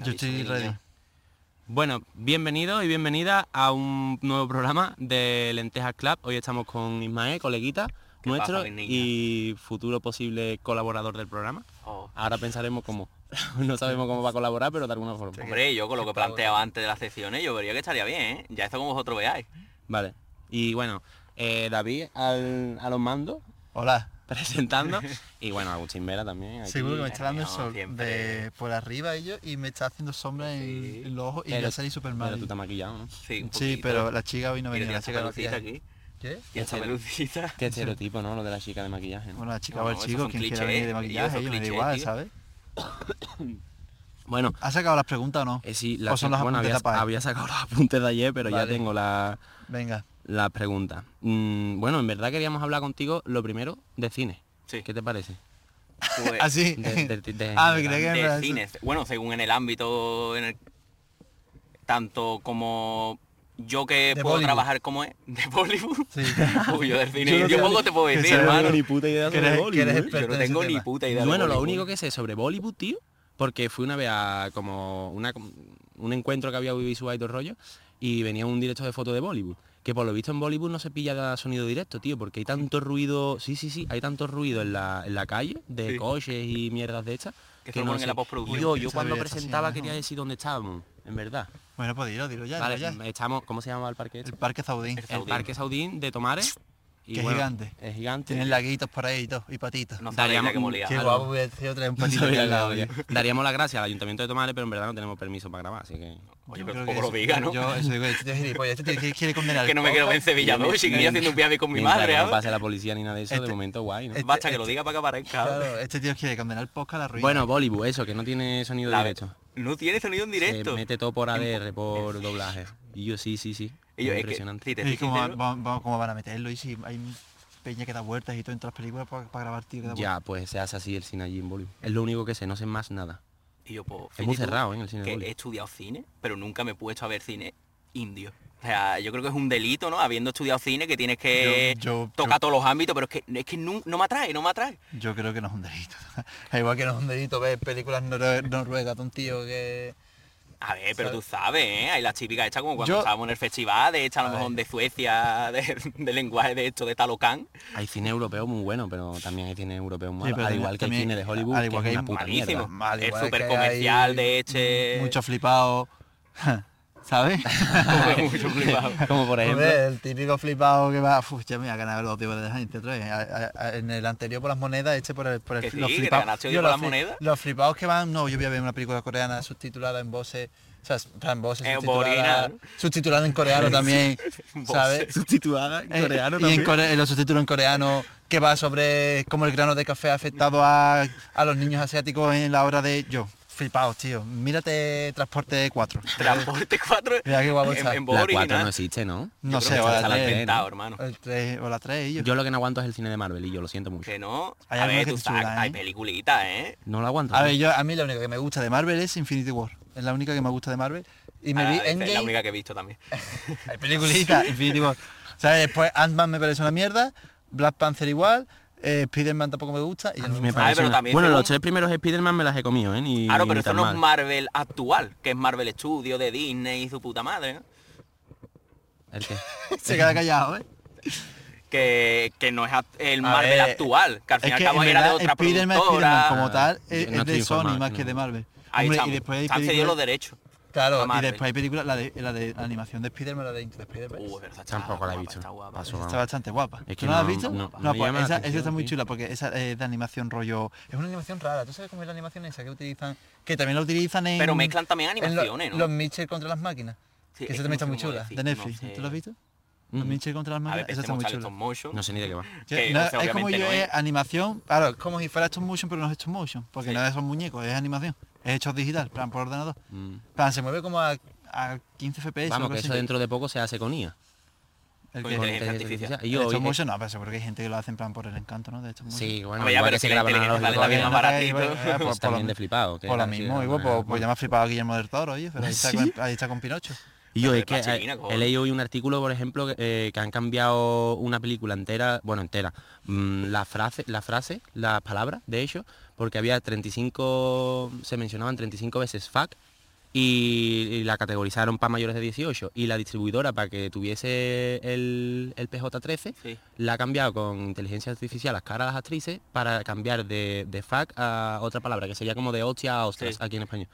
ready. Bueno, bienvenido y bienvenida a un nuevo programa de Lentejas Club. Hoy estamos con Ismael, coleguita ¿Qué nuestro pasa, Benigna? y futuro posible colaborador del programa. Oh. Ahora pensaremos cómo. No sabemos cómo va a colaborar, pero de alguna forma. Hombre, yo con lo que planteaba antes de las secciones, yo vería que estaría bien, ¿eh? Ya esto como vosotros veáis. Vale. Y bueno, eh, David al- a los mandos, Hola. presentando. Y bueno, Agustín Vera también. aquí. Seguro que me está dando el no, sol siempre. de por arriba ellos y me está haciendo sombra Sí. en el ojo y Pero- ya salí súper Pero mal. tú te has maquillado, ¿no? Sí, un Sí, poquito. pero la chica hoy no Mira, venía. tiene La esta pelucita chica no hacía- aquí. ¿Qué? Tiene esta Este- pelucita. Qué estereotipo, ¿no? Lo de la chica de maquillaje. ¿no? Bueno, la chica No, o el esos chico, son quien quiera clichés, venir de tío, maquillaje, esos yo me da clichés, igual, tío. ¿sabes? Bueno, ¿Has sacado las preguntas o no? eh, sí, la- ¿O son los bueno, apuntes había, tapados? había sacado los apuntes de ayer, pero ya Vale. tengo la, Venga. la pregunta. Mm, bueno, en verdad queríamos hablar contigo lo primero de cine. Sí. ¿Qué te parece? Pues, Así. De- de- de- Ah, me creía que de era eso. cines. Bueno, según en el ámbito, en el- tanto como yo que De puedo Bollywood. trabajar como es, de Bollywood. Sí. Uy, yo del Yo cine, no yo, tengo poco ni- te puedo que decir, sea de hermano. ni puta idea Que eres- que eres experto Yo no en ese tengo ni tema. puta idea de bueno, lo Bollywood. único que sé sobre Bollywood, tío, porque fui una vez a como una, un encuentro que había audiovisual y todo el rollo, y venía un directo de foto de Bollywood. Que por lo visto en Bollywood no se pilla sonido directo, tío, porque hay tanto ruido, sí, sí, sí, hay tanto ruido en la, en la calle, de Sí. coches y mierdas de estas. Que se lo ponen en la postproducción. Tío, Esa yo cuando debería estar presentaba así, ¿no? quería decir dónde estábamos, en verdad. Bueno, pues dilo, dilo ya, Vale, dilo ya. estamos, ¿cómo se llama el parque? este? El Parque El- Zaudín. El, Saudín. parque Saudín de Tomares. y Que es gigante. Es gigante. Tienen laguitos por ahí y todo, y patitos. No sabía Daríamos- que molía. Qué claro. guapo, voy a decir otra vez un No patito aquí sabía al la lado. olla. Daríamos las gracias al Ayuntamiento de Tomares, pero en verdad no tenemos permiso para grabar, así que... Bueno, Yo creo creo que eso- lo diga, ¿no? Yo, eso digo, este tío es gilipollas, este tío quiere- quiere condenar. Que no me quiero ver en Sevilla Yo me- 2, si quería haciendo un viaje con mi Mientras madre, ¿eh? que no ¿sabes? pase la policía ni nada de eso, de Este- momento guay, ¿no? este- Basta que lo diga para que aparezca. Claro, este tío quiere condenar el podcast a la ruina. Bueno, Bollywood, eso, que no tiene sonido La- directo. No tiene sonido en directo. Se mete todo por ADR, por doblaje. Y yo, sí, sí, sí. Y yo, es que, Impresionante. si te ¿Y soy cómo, sincero, van- van- cómo van a meterlo? ¿Y si hay peña que da vueltas y todo en todas las películas para, grabar, tío? Que da Ya, pues se hace así el cine allí en Bollywood. Es lo único que sé, no sé más nada. y yo, pues, Es fíjate muy tú cerrado, ¿eh? En el cine de que he Bollywood. estudiado cine, pero nunca me he puesto a ver cine indio. O sea, yo creo que es un delito, ¿no? Habiendo estudiado cine, que tienes que Yo- yo- tocar yo- todos los ámbitos, pero es que, es que nu- no, me atrae, no me atrae. vueltas. Yo creo que no es un delito. Al Igual que no es un delito ver películas norue- noruegas de un tío que... A ver, pero ¿Sabes? tú sabes, ¿eh? Hay las típicas hechas como cuando Yo- estábamos en el festival, de esta a lo A mejor ver. de Suecia, de, de lenguaje de esto, de Talocán. Hay cine europeo muy bueno, pero también hay cine europeo malo. pero al igual que el también- cine de Hollywood, al que igual que es una hay puta malísimo. mierda. Mal, Es igual que supercomercial, hay de este- Mucho flipado. ¿Sabes? Mucho flipado. Como por ejemplo... Joder, el típico flipado que va, "Uf, ya me ha ganado los tíos de la gente otra vez. A- a- a- en el anterior por las monedas, este por el, por el Que sí, los que te flipados. ganaste hoy Yo por los las fli- monedas. Los flipados que van, no, yo voy a ver una película coreana subtitulada en voces, o sea, en plan, voces Eh, subtitulada, original. subtitulada en coreano también, ¿sabes? Subtitulada Eh, y en core- en los subtítulos en coreano que va sobre cómo el grano de café ha afectado a, a los niños asiáticos en la hora de yo. Flipados, tío. Mírate Transporte 4. Transporte 4 Mira qué guapo en, está. en voz La 4 original. no existe, ¿no? No Yo sé, creo que o se la la ha 3. inventado, hermano. El 3 o la 3 y yo. Yo lo que no aguanto es el cine de Marvel y yo lo siento mucho. Que no. Hay a algunas ver, que tú te sabes, chulan, hay ¿eh? peliculitas, ¿eh? No lo aguanto. A tío. ver, yo, a mí la única que me gusta de Marvel es Infinity War. Es la única que me gusta de Marvel. Y me Ah, vi esa Endgame. Es la única que he visto también. Hay peliculita, Infinity War. ¿Sabes? Después Ant-Man me parece una mierda. Black Panther igual. Eh, Spider-Man tampoco me gusta. Y ya A no mí me me gusta. Ay, Ah, parece pero una- también Bueno, según- los tres primeros Spider-Man me las he comido, ¿eh? Ni, Claro, ni pero eso tan Ah, no es mal. Marvel actual, que es Marvel Studio de Disney y su puta madre, ¿no? ¿El qué? Se queda callado, ¿eh? Que, que no es act- el A Marvel ver, actual, que al fin y es al que cabo en era de verdad, otra Spider-Man, productora. Spider-Man como tal Yo es, no es estoy de Sony informado, más no. que de Marvel. Ahí Hombre, y estamos. después hay Se han cedido los películas... derechos. a Claro, y Marvel. después hay películas, la de, la de la animación de Spider-Man, la de Into the Spider-Man. Uh, pero esa está Tampoco la he guapa, visto. está guapa. Paso, Esa vamos. está bastante guapa. Es que ¿Tú no la has no- visto? no- pues no me llama esa, la esa atención, está muy tío. chula porque esa es de animación rollo... Es una animación rara, ¿tú sabes cómo es la animación esa que utilizan? Que también la utilizan en... Pero mezclan también en lo- animaciones, ¿no? Los Mitchell contra las máquinas. Sí, que es esa que no también está sé muy cómo chula, decir, de no Netflix. sé. Mm. ¿Tú la has visto? Los Mitchell contra las A máquinas, ver, esa está pensemos muy en chula. stop motion. No sé ni de qué va. Que que no, eso es como obviamente yo, no es es. animación, claro, es como si fuera stop motion, pero no es stop motion, porque Sí. no es son muñecos, es animación, es hecho digital, plan por ordenador. Mm. Plan, se mueve como a, a 15 FPS. Vamos, algo que así. eso dentro de poco se hace con IA. El Con que- inteligencia Con artificial. el Y yo, stop eh, motion, no, pero seguro que hay gente que lo hace en plan por el encanto, ¿no? De stop motion. Sí, bueno, A ver, ya, igual pero que si se la graban inteligencia analógico, artificial que es no- más baratito. pues, por, por, ¿eh? Pues También lo, de flipado. que por lo así, ¿Ah, mismo, no, igual, no, pues, no. pues ya me ha flipado Guillermo del Toro, oye, pero ahí, está con, ahí está con Pinocho. Y yo, Pero es de que Pachirina, eh, cojones. he leído hoy un artículo, por ejemplo, que, eh, que han cambiado una película entera, bueno, entera, mm, la frase, la frase, las palabras, de hecho, porque había 35, se mencionaban 35 veces fuck y, y la categorizaron para mayores de 18 y la distribuidora para que tuviese el, el PJ13 Sí. la ha cambiado con inteligencia artificial las caras de las actrices para cambiar de, de fuck a otra palabra que sería como de hostia a ostras Sí. aquí en español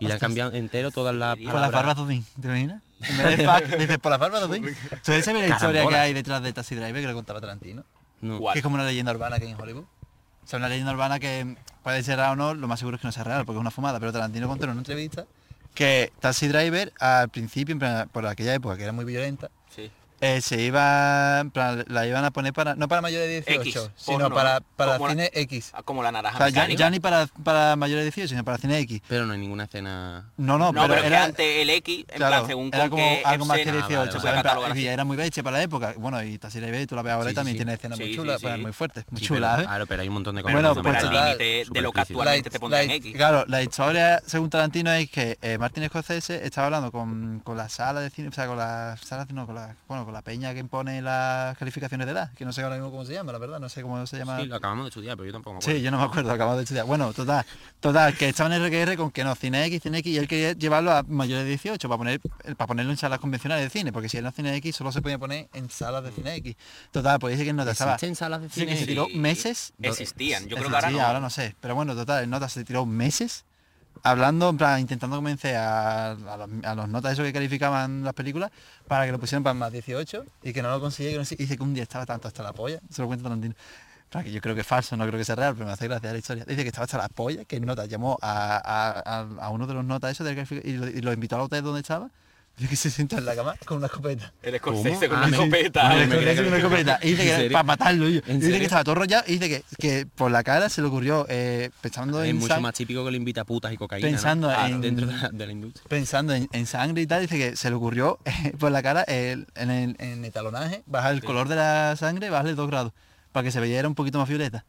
y la han Ostras. cambiado entero todas las Por Por las barbas palabras. Dudín, ¿te imaginas? En vez de fuck, dices, por las barbas Dudín. ¿Ustedes saben la historia que Carambola. hay detrás de Taxi Driver que lo contaba Tarantino? No. Guau. ¿Cuál? Que es como una leyenda urbana que hay en Hollywood. O sea, una leyenda urbana que puede ser real o no, lo más seguro es que no sea real, porque es una fumada, pero Tarantino contó en una entrevista que Taxi Driver al principio, en plan, por aquella época que era muy violenta, Sí. eh, se iba, en plan, la iban a poner para, no para mayores de 18, X, sino porno, para, ¿no? para Como la- cine X. Ah, Como la naranja O sea, ya, mecánica. ya ni para, para mayores de 18, sino para cine X. pero no hay ninguna escena No, No, no, pero, pero, es que era, antes el X, en plan, según era con como qué algo más que escena- Ah, 18, vale, ¿sabes? vale. En plan, Catalogar así. y era muy bestia para la época. Bueno, y Taxi Driver, tú la ves ahora y Sí, también sí, tiene escenas Sí, muy sí, chulas, sí. pues, muy fuertes, muy Sí, chulas, pero, ¿eh? claro pero hay un montón de Bueno, pues, cosas pero al límite de lo que superficiales. actúa. actualmente te pondrían la- X. Claro, la historia, según Tarantino, es que eh, Martin Scorsese estaba hablando con, con la sala de cine, o sea, con la sala, no, con la, bueno, con la peña que impone las calificaciones de edad, que no sé ahora mismo cómo se llama, la verdad, no sé cómo se llama. Sí, lo acabamos de estudiar pero yo tampoco me acuerdo. Sí, yo no me acuerdo, acabamos de estudiar. Bueno, total, total, que estaban en RQR con que no, Cine X, Cine X, y él quería llevarlo a mayores de 18 para, poner, eh, para ponerlo en salas convencionales de cine, porque si era Cine X solo se podía poner en salas de Cine X. Total, pues dice que él no te estaba. ¿Existen salas de Sí, cine que se tiró meses. Existían, yo creo que Existía, ahora no. sé, pero bueno, total, el nota se tiró meses hablando, en plan, intentando convencer a, a los, a los notas esos que calificaban las películas para que lo pusieran para más 18 y que no lo consiguió, que no sé- y dice que un día estaba tanto hasta la polla, se lo cuenta Tarantino. En plan, que yo creo que es falso, no creo que sea real, pero me hace gracia la historia. Dice que estaba hasta la polla, que el nota llamó a, a- a- a uno de los notas esos del calific- y lo, y lo invitó al hotel donde estaba, dice que se sentó en la cama con una escopeta. El Scorsese ¿Cómo? con una Ah, me- escopeta. Vale, Vale, me creo creía que es que lo una dijiste. escopeta. Y dice ¿En que serio? para matarlo. Y, y dice que serio? estaba todo rollado. Y dice que, que por la cara se le ocurrió, eh, pensando es en mucho sang- más típico que le invita a putas y cocaína ¿no? Pensando Ah, en- dentro de la, de la industria pensando en, en sangre y tal, dice que se le ocurrió eh, por la cara el- en, el, en el talonaje, bajar el color de la sangre, bajarle dos grados, para que se viera un poquito más violeta.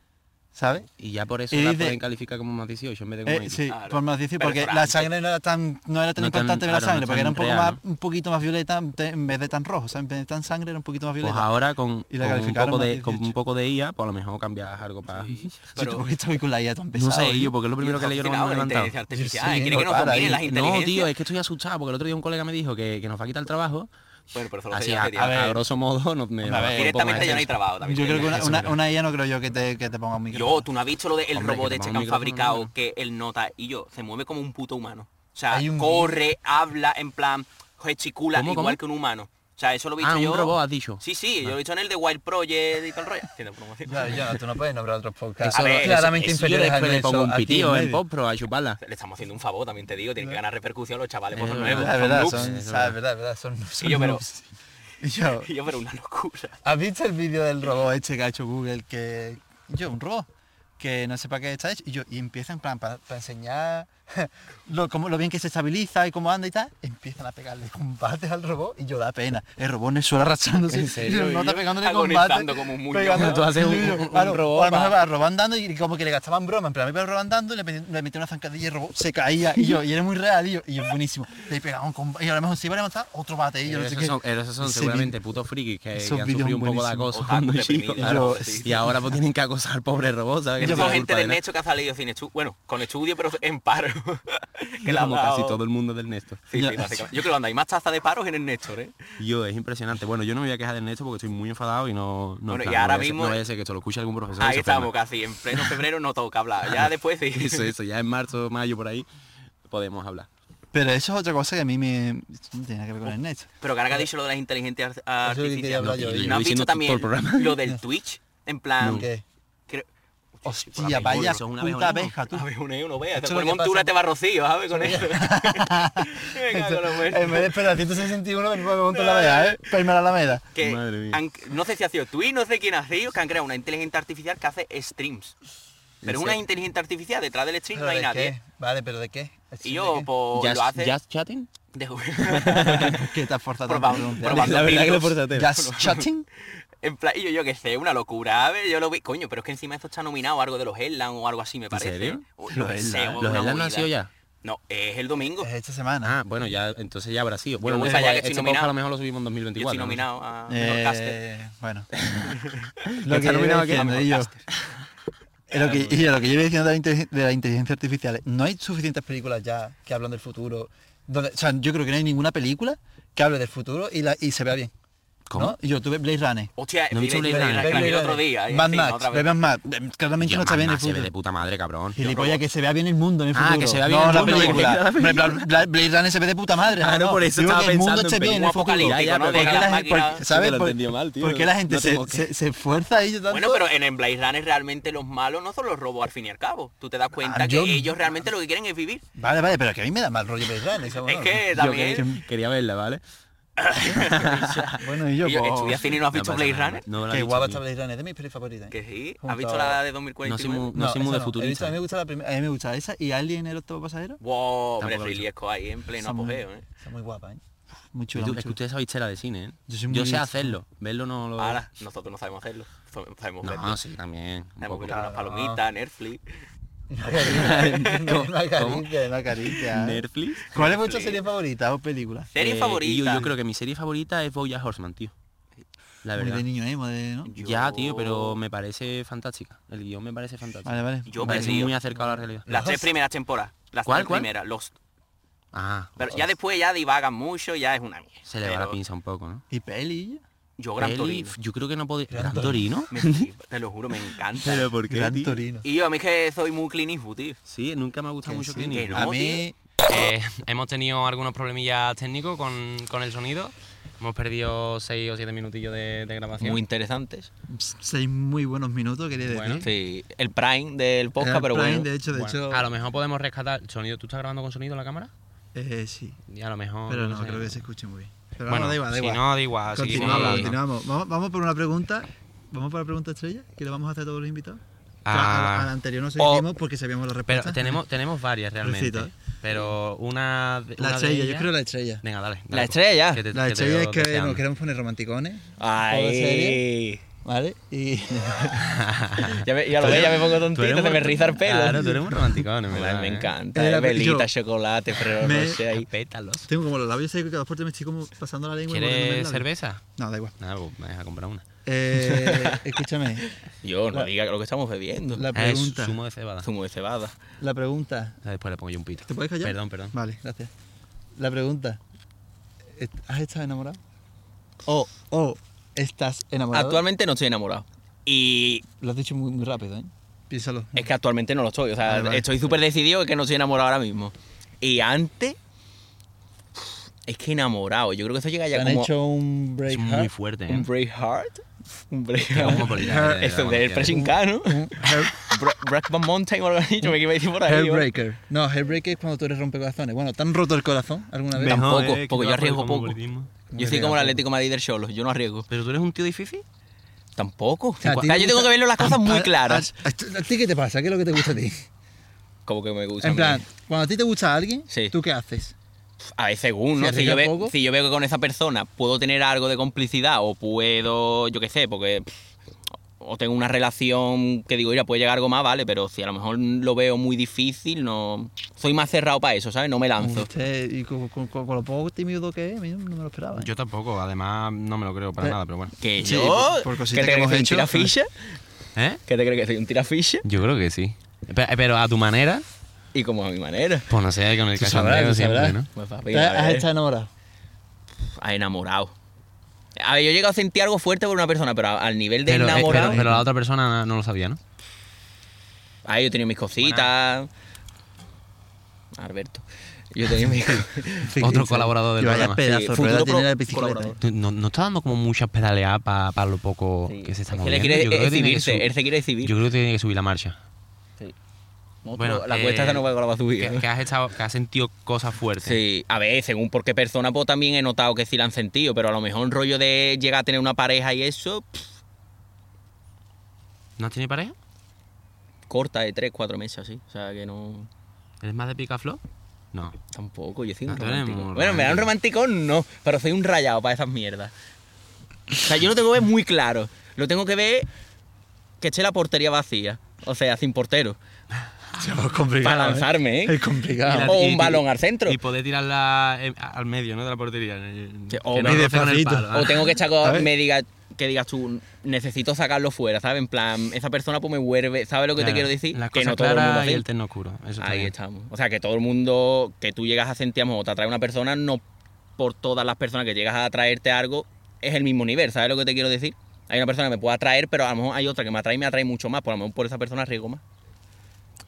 ¿Sabes? y ya por eso Y la dice- pueden calificar como más 18 en vez de como Eh, 20. sí, Claro. por más decir, Pero porque eso era la antes. sangre no era tan, no era tan No tan- importante ver la claro, no sangre, porque tan era un poco real, más, ¿no? un poquito más violeta en te- en vez de tan rojo, o sea, en vez de tan sangre era un poquito más Pues violeta. ahora con, Y la con un calificaron poco más de, con 18. un poco de IA, pues a lo mejor cambias algo para... Sí, ¿eh? Pero- porque estoy con la IA tan No pesada. sé, yo, porque es lo primero que leí yo cuando Alucinado me he la levantado. inteligencia Yo artificial. sí, ¿Quiere que no nos para dominen ahí. las No, inteligencias? tío, es que estoy asustado, porque el otro día un colega me dijo que, que nos va a quitar el trabajo. Bueno, Pues pero eso lo Así, sería a, sería- a- a grosso modo, no me... Hombre, me a va ver, un poco más Directamente ya no hay intenso. trabajo. también Yo te creo que digo. una, una, una IA no creo yo que te, que te ponga un micrófono. Yo, tú no has visto lo del Hombre, robot que este que ponga un han micrófono, fabricado, hombre. que el nota y yo, se mueve como un puto humano. O sea, Hay un- corre, habla, en plan, gesticula ¿Cómo, igual cómo? que un humano. O sea, eso lo he visto Ah, yo. un robot, has dicho. Sí, sí, yo lo he visto en el de Wild Project y tal rollo. Tiene promoción. Ya, ya, tú no puedes nombrar otros podcasts. Eso ver, lo- eso- claramente eso yo inferiores a después le pongo eso, un aquí pitío en medio. pop, pero a chuparla. Le estamos haciendo un favor, también te digo, tienen que ganar repercusión los chavales por Es los verdad, Es nuevos. son verdad, noobs. son, es sabes, Ah, verdad, verdad, son, son yo, pero- noobs. Y yo, Y yo, pero una locura. ¿has visto el vídeo del robot este que ha hecho Google? Que yo, un robot, que no sé para qué está hecho. Y yo, y empieza en plan para, enseñar lo, cómo, lo bien que se estabiliza y cómo anda y tal. Empiezan a pegarle combates al robot y yo da pena. El robot en el suelo arrastrándose. ¿En serio? Y el nota yo pegándole agonizando combate, como un muñón. pegando- Tú haces un- y yo, un- un claro, robot o a lo mejor pa- va robando andando y como que le gastaban broma. En plan, me iba robando andando y le, metí- le metí una zancadilla y el robot se caía. Y yo, y era muy real. Y yo, y es buenísimo. Le pegaban combate. Y a lo mejor se iba a levantar otro bate. Y yo, no sé Esos qué. son, esos son Ese seguramente putos frikis que, esos que han vídeos sufrido un poco de buenísimos. acoso Otaku cuando reprimidos, chicos, claro, claro. sí. Y ahora pues tienen que acosar al pobre robot, ¿sabes? Que Yo no tiene gente culpa del nada. Necho que ha salido sin estudio, bueno, con estudio pero en paro. que le han Como dado- casi todo el mundo del Néstor. Sí, Ya. sí, básicamente. Yo creo que hay más taza de paros en el Néstor, ¿eh? Yo, es impresionante. Bueno, yo no me voy a quejar del Néstor porque estoy muy enfadado y no... no Bueno, en plan, y ahora no vaya a ser- mismo- no vaya a ser que esto lo escuche algún profesor. y Ahí se estamos ofenda. casi, en pleno febrero no toca hablar, ya después sí. Eso, eso, ya en marzo, mayo, por ahí, podemos hablar. Pero eso es otra cosa que a mí me... No tiene nada que ver con el net. Pero que ahora que ha dicho lo de las inteligencias Eso es lo que artificiales, quería hablar yo, No, ¿eh? y- ¿no Llevo has visto diciendo también todo el programa. lo del Twitch? En plan... ¿Qué? creo- Hostia, por la Hostia, vaya eso es una puta vez abeja, tú. A ver, uno, uno, vea, Esto te es lo pone que montura, pasa. te va rocío, ¿sabes? Con eso. Me cago en la muerte. En vez de esperar 161 venimos a montar la veda, ¿eh? Para irme a la Alameda. que Madre mía. han- no sé si ha sido Twitch, no sé quién ha sido, que han creado una inteligencia artificial que hace streams. Pero es una serio? inteligencia artificial, detrás del stream ¿Pero no hay de nadie. qué? Vale, ¿pero de qué? Y yo, pues, lo ¿Just, hace... just chatting? de- ¿Qué te has forzado Proba- tanto a proba- pronunciar? Probando filtros. forzaste. ¿Just chatting? En plan, y yo, yo qué sé, una locura, ¿sabes? Yo lo vi, coño, pero es que encima esto está nominado a algo de los Headland o algo así, me parece. serio? Uy, Los yo qué sé, Headland. una ¿Los Hernán no movida. han sido ya? No, es el domingo. Es esta semana. Ah, bueno, ya, entonces ya habrá sido. Bueno, voy no sé, para allá, pues, que estoy este nominado. podcast a lo mejor lo subimos en yo 2024. estoy ¿no? Eh, nominado a Ah, Mejor Caster. eh, bueno. lo Está que iba nominado aquí a diciendo Mejor y yo. Caster. Es lo que- y es lo que yo iba diciendo de la, inteligen- de la inteligencia artificial, no hay suficientes películas ya que hablan del futuro. donde- o sea, yo creo que no hay ninguna película que hable del futuro y, la, y se vea bien. ¿Cómo? ¿no? Y yo tuve Blade Runner. Hostia, No he vi- visto vi- Blade vi- Runner. vi- la vi el Blade otro Runner, día. Mad encima, otra Max, vez. ve Mad Max. Claramente Tío, no está bien Mad el Max se ve futuro. de puta madre, cabrón. Gilipollas, que se vea bien el mundo en el Ah, futuro. que se vea bien no, el la mundo, película. la Hombre, Bla- Bla- Blade Runner se ve de puta madre. Ah, no, por eso Digo estaba que el mundo pensando esté en bien en película el futuro. apocalíptica, Ya, ya, ¿no? pero De ¿por las qué la gente- máquinas- por qué- Sí, ¿Sabes? te lo Por- entendí mal, tío. ¿Por qué la gente No te se, moques. se- se esfuerza ahí tanto? Bueno, pero en, en Blade Runner realmente los malos no son los robos al fin y al cabo. Tú te das cuenta Ah, que yo- ellos realmente lo que quieren es vivir. Vale, vale, pero que a mí me da mal rollo Blade Runner. ¿sabes? Es Yo que también... em- quería, quería verla, ¿vale? Bueno, y yo, Y yo, pues, estudia cine y no has No visto pasa Blade nada, Runner. No la he que visto, guapa tío. está Blade Runner, es de mis pelis favoritas. Que sí. Junto ¿Has visto a- la de No soy muy, 2049? no soy muy de esa He visto- futurista. A mí me gusta la primera, a mí me gusta esa y Alien el octavo pasajero. Wow, hombre, Tampoco lo he Ridley Scott ahí en pleno Está muy- apogeo, ¿eh? Está muy guapa, ¿eh? Muy Y chula. tú- muy es que chula. ustedes sabéis tela de cine, ¿eh? Yo Yo, soy muy sé de- hacerlo, verlo no lo... Ahora, nosotros no sabemos hacerlo. so- Sabemos verlo. no, sí, también. un Sabemos poco. que unas palomitas, Netflix. No acaricia, no acaricia. Netflix. ¿Cuál es vuestra serie favorita o película? Serie Eh, y favorita. Yo, yo creo que mi serie favorita es Boya Horseman, tío. La Muy verdad. de niño, ¿eh? Muy de- ¿no? Ya, tío, pero Yo- me parece fantástica. El guión me parece fantástico. Vale, vale. Yo me parece perdido. muy acercado a la realidad. Las tres primeras temporadas. Las ¿Cuál, tres cuál? primeras, los. Ah, Pero ya después ya divagan mucho, ya es una mierda. se le va la Pero pinza un poco, ¿no? ¿Y peli? Yo Gran Peli, Torino. yo creo que no podía... ¿Gran Torino? Me flipa, te lo juro, me encanta. ¿por Gran Torino. Y yo a mí es que soy muy Clint Eastwood, tío. Sí, nunca me ha gustado Que mucho sí. Clint Eastwood. Que no. A mí, Eh, hemos tenido algunos problemillas técnicos con, con el sonido. Hemos perdido 6 o 7 minutillos de, de grabación. ¿Eh? interesantes. pss, seis muy buenos minutos, quería decir. ¿Eh? Bueno, Sí, el prime del Era Prime, De hecho, de Bueno, hecho, A lo mejor podemos rescatar el sonido. ¿Tú estás grabando con sonido la cámara? eh, sí. Y a lo mejor. Pero no, sé. creo que se escuche muy bien. Pero Bueno, vamos, da igual, da si igual. no, da igual. seguimos continuamos, hablando. continuamos. Vamos, vamos por una pregunta. Vamos por la pregunta estrella, que le vamos a hacer a todos los invitados. Ah. Claro, a, la, a la anterior no se O- hicimos porque sabíamos la Pero respuesta. tenemos, tenemos varias realmente. Recito, ¿eh? Pero una. de- la una de estrella, yo ellas- creo la estrella. Venga, dale. dale, La estrella. te- La te estrella es veo que deseando. Ah. nos queremos poner romanticones. ¿Todo serio? Ay. ¿Vale? Y Ya, me- ya lo Tú ves, ya me eres- pongo tú eres tontito, se muy- me riza el pelo. Claro, tú eres un romántico, Ay, me encanta. Eh, la- eh, velita, yo- chocolate, pero Me- no sé ahí. Pétalos. tengo como los labios secos que a los fuertes me estoy como pasando la lengua. y mordiéndome el ¿Quieres labio. cerveza? No, da igual. Nada, pues me deja comprar una. Eh, escúchame, Yo, no La- diga lo que estamos bebiendo. la Ah, es pregunta. zumo de cebada. Zumo de cebada. La pregunta. Ah, Después le pongo yo un pito. ¿Te puedes callar? Perdón, perdón. Vale, gracias. La pregunta. ¿est- ¿Has estado enamorado? O, o ¿estás enamorado? Actualmente no estoy enamorado. Y Lo has dicho muy, muy rápido, ¿eh? Piénsalo. es que actualmente no lo estoy. O sea, Vale, vale. estoy súper decidido que no estoy enamorado ahora mismo. Y antes. Es que enamorado. Yo creo que eso llega ¿Te ya han como. hecho un Es break ¿ah? muy fuerte, ¿eh? Un Braveheart. Un Qué Braveheart. cosmopolitano eres, Eso vamos, del tío. pressing cano. heart? Blackman Mountain o algo así. Yo me iba a decir por ahí. ¿vale? Hairbreaker. No, Hairbreaker es cuando tú eres rompecorazones. Bueno, ¿te han roto el corazón alguna vez? Tampoco, Mejor, eh, que porque yo va por el arriesgo poco. cosmopolitismo. Yo soy como el Atlético de Madrid del Cholo. Yo no arriesgo. Pero tú eres un tío difícil. Tampoco. O sea, sea, a ti te yo tengo gusta- que verlo las cosas A- muy a- claras. ¿A, a ti qué te pasa? ¿Qué es lo que te gusta a ti? Como que me gusta. a En mí. plan, cuando Pues a ti te gusta alguien, Sí. ¿tú qué haces? A veces según, ¿no? Si Si yo, arriesga ve- poco. si yo veo que con esa persona puedo tener algo de complicidad o puedo, yo qué sé, porque... pff, O tengo una relación que digo, mira, puede llegar algo más, vale, pero si a lo mejor lo veo muy difícil, no... Soy más cerrado para eso, ¿sabes? No me lanzo. Usted, y con, con- con- con lo poco tímido que es, a mí no me lo esperaba. ¿eh? Yo tampoco, además no me lo creo para Eh, nada, pero bueno. ¿Que Sí, yo? por- por ¿Que cositas te que crees que hemos soy un hecho. tiraficha? ¿Eh? ¿Que te crees que soy un tiraficha? Yo creo que sí. Pero, pero a tu manera, Y como a mi manera. pues no sé, con el Tú sabrás, cachondeo tú sabrás. siempre, ¿no? Pues, papi, ¿Te- a ¿Has ver. estado enamorado? Ah, enamorado. A ver, yo he llegado a sentir algo fuerte por una persona, pero a- al nivel de Pero, eh, enamorado. pero- pero la otra persona no lo sabía, ¿no? Ah, yo he tenido mis cositas. Alberto. Yo he tenido mis cositas. Otro colaborador del Y vaya programa. Sí, pedazo de futuro rueda tiene pro- la bicicleta. colaborador. Tú- No, no está dando como muchas pedaleadas para lo poco que se está Es que le moviendo. quiere yo, creo que tiene que exhibirse, sub- él se quiere exhibir. yo creo que tiene que subir la marcha. No, bueno, pero la eh, cuesta esa no va la va a subir. Que, ¿no? que has estado, que has sentido cosas fuertes. eh. Sí, a ver, según por qué persona, pues también he notado que sí la han sentido, pero a lo mejor el rollo de llegar a tener una pareja y eso, pff, ¿No has tenido pareja? corta de 3, 4 meses así. O sea, que no. ¿Eres más de picaflor? No. Tampoco, yo soy un Ah, tú eres romántico. muy Bueno, me dan romántico no, pero soy un rayado para esas mierdas. O sea, yo lo tengo que ver muy claro. Lo tengo que ver que eché la portería vacía. O sea, sin portero. Es complicado. Para lanzarme, ¿eh? Es complicado. Y la- O un y- balón al centro. Y poder tirarla eh, al medio, ¿no? De la portería. eh, Que- o que me- roce con el despacito. palo, ¿eh? O tengo que echar A con- ver. me diga, que digas tú, necesito sacarlo fuera, ¿sabes? En plan, esa persona pues me vuelve, ¿sabes lo que te quiero decir? Las que cosas no todo el mundo claras y hace. el terno oscuro. Eso está Ahí bien. estamos. O sea, que todo el mundo que tú llegas a sentir amor o te atrae una persona, no por todas las personas que llegas a atraerte algo, es el mismo nivel, ¿sabes lo que te quiero decir? Hay una persona que me puede atraer, pero a lo mejor hay otra que me atrae y me atrae mucho más. Por lo mejor por esa persona riego más.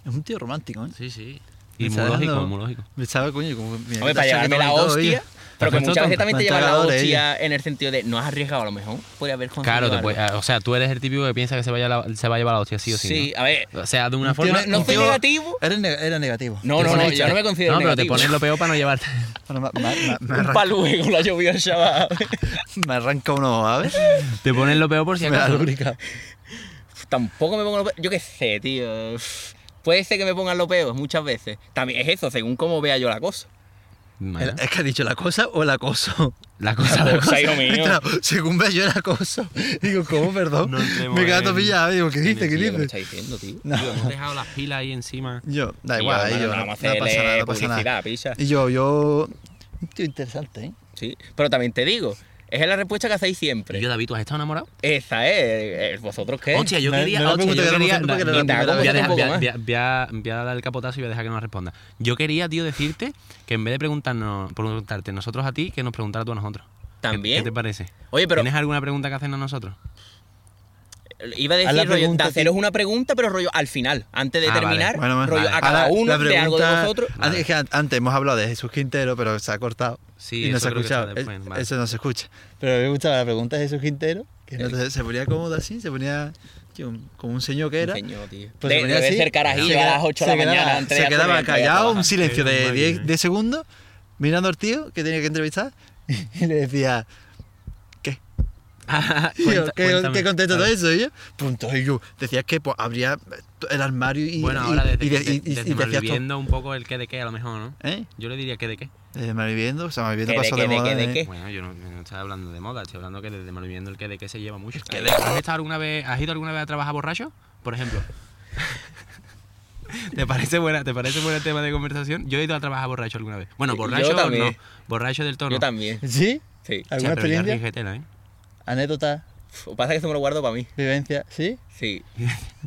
Es un tío romántico, ¿eh? Sí, sí. Me Y muy está lógico, dando- muy lógico. Me estaba, coño, como... mira, Hombre, qué para tacha que llevarme la toma y todo, hostia. tío. Pero que Perfecto, muchas veces también te llevan la controladores, hostia en el sentido de no has arriesgado a lo mejor. Podría haber conseguido. Claro, te algo. puede- ah, o sea, tú eres el típico que piensa que se, vaya la- se va a llevar la hostia sí o sí. Sí, ¿no? Pues a ver. O sea, de una Un tío- forma. no- no un fui tío- negativo. Eres neg- Era negativo. No, Te no, no, pones yo no me considero No, pero te negativo. pones lo peor para no llevarte. Bueno, me, me- me Un arran- paluego la llovió el chaval. me arranca un ojo, ¿sabes? Te pones lo peor por si Me da acaso. lubrica. Pues Tampoco me pongo lo peor. Yo qué sé, tío. Uf. Puede ser que me pongan lo peor muchas veces. También es eso, según cómo vea yo la cosa. Bueno, Es que ha dicho la cosa o el acoso. La cosa, la Pues, cosa. ay, Dios mío. Claro, según veo yo el acoso. Digo, ¿cómo, perdón? No entremos me quedo todo en- pillado. Digo, ¿qué dice? ¿Qué Tío, ¿Qué me dice? está diciendo, tío? No. Hemos dejado las pilas ahí encima. Yo, da Tío, igual, ahí hermano, yo, no no, vamos a no pasa nada, hacerle no pasa nada. publicidad, picha. Y yo, yo. Un tío interesante, ¿eh? Sí. Pero también te digo, esa es la respuesta que hacéis siempre. Y yo, David, ¿tú has estado enamorado? Esa es. eh, ¿Vosotros qué? Hostia, yo No, quería. no me hostia, pregunto yo que quería. responda porque era la Mira, primera voy a vez. dejar- voy a- Tampoco ¿eh? voy a- voy a- voy a dar el capotazo y voy a dejar que nos responda. Yo quería, tío, decirte que en vez de preguntarnos, preguntarte nosotros a ti, que nos preguntara tú a nosotros. ¿Qué También. te parece? Oye, pero ¿Tienes alguna pregunta que hacernos a nosotros? iba a Haz la decir, rollo, pregunta, de haceros tío. una pregunta, pero rollo al final, antes de Ah, vale. terminar, Bueno, bueno, pues rollo vale. a cada Ahora, uno la de algo de pregunta- vosotros. Ah, es que an- antes hemos hablado de Jesús Quintero, pero se ha cortado. Sí, y no eso se ha creo que escuchado. está después, Es- vale. Eso no se escucha. Pero me gustaba la pregunta de Jesús Quintero, que no te- se ponía cómodo así, se ponía tío, un- como un señor que era. Señor, tío. Pues se De- ponía debe así, ser se carajillo a queda- las 8 se de la quedaba- mañana. antes de se hacer- quedaba antes de ir a callado, trabajar. un silencio Era de un 10 máquina, de segundos, mirando al tío que tenía que entrevistar y le decía, ¿qué? Tío, Cuenta- ¿qué, cuéntame. ¿Qué contesto Vale. todo eso? Y yo, punto. Y yo, decías que pues, habría el armario y. Bueno, y- ahora desde, y de- de- y- y- desde y decías todo. Malviviendo un poco el qué de qué, a lo mejor, ¿no? ¿Eh? Yo le diría qué de qué. Desde Malviviendo, o sea, Malviviendo ¿Qué de pasó qué, de de moda. qué, de ¿eh? qué? Bueno, yo no, yo no estoy hablando de moda, estoy hablando que desde Malviviendo el qué de qué se lleva mucho. ¿Has, estado alguna vez, ¿Has ido alguna vez a trabajar borracho, por ejemplo? ¿Te parece, buena, ¿Te parece buen tema de conversación? Yo he ido a trabajar borracho alguna vez. Bueno, Yo borracho también. no, borracho del toro. Yo también. ¿Sí? Sí. ¿Alguna experiencia? ¿eh? ¿Anécdota? Lo que pasa es que eso me lo guardo para mí. ¿Vivencia? ¿Sí? Sí.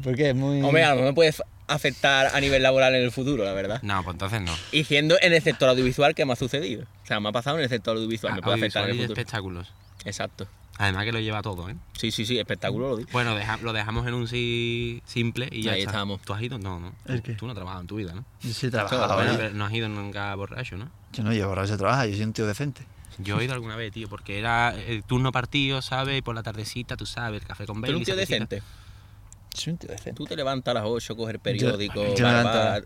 Porque es muy. Hombre, a lo mejor me puede afectar a nivel laboral en el futuro, la verdad. No, pues entonces no. Y siendo en el sector audiovisual que me ha sucedido. O sea, me ha pasado en el sector audiovisual, me puede afectar en el Audiovisual y de futuro. espectáculos. Exacto. Además que lo lleva todo, ¿eh? Sí, sí, sí, espectáculo lo digo. Bueno, deja- lo dejamos en un sí simple y ya Ahí está. estamos. ¿Tú has ido? No, no. ¿El Tú- qué? Tú no has trabajado en tu vida, ¿no? Yo sí he trabajado. Ahora- Bueno, ¿eh? pero no has ido nunca borracho, ¿no? Yo no llevo horas de trabajo, yo soy un tío decente. Yo he ido alguna vez, tío, porque era el turno partido, ¿sabes? Y por la tardecita, tú sabes, el café con Tú eres Bailey, un tío cervecita. decente. Soy un tío decente. Tú te levantas a las 8, coges el periódico, yo va al me levanto a bar,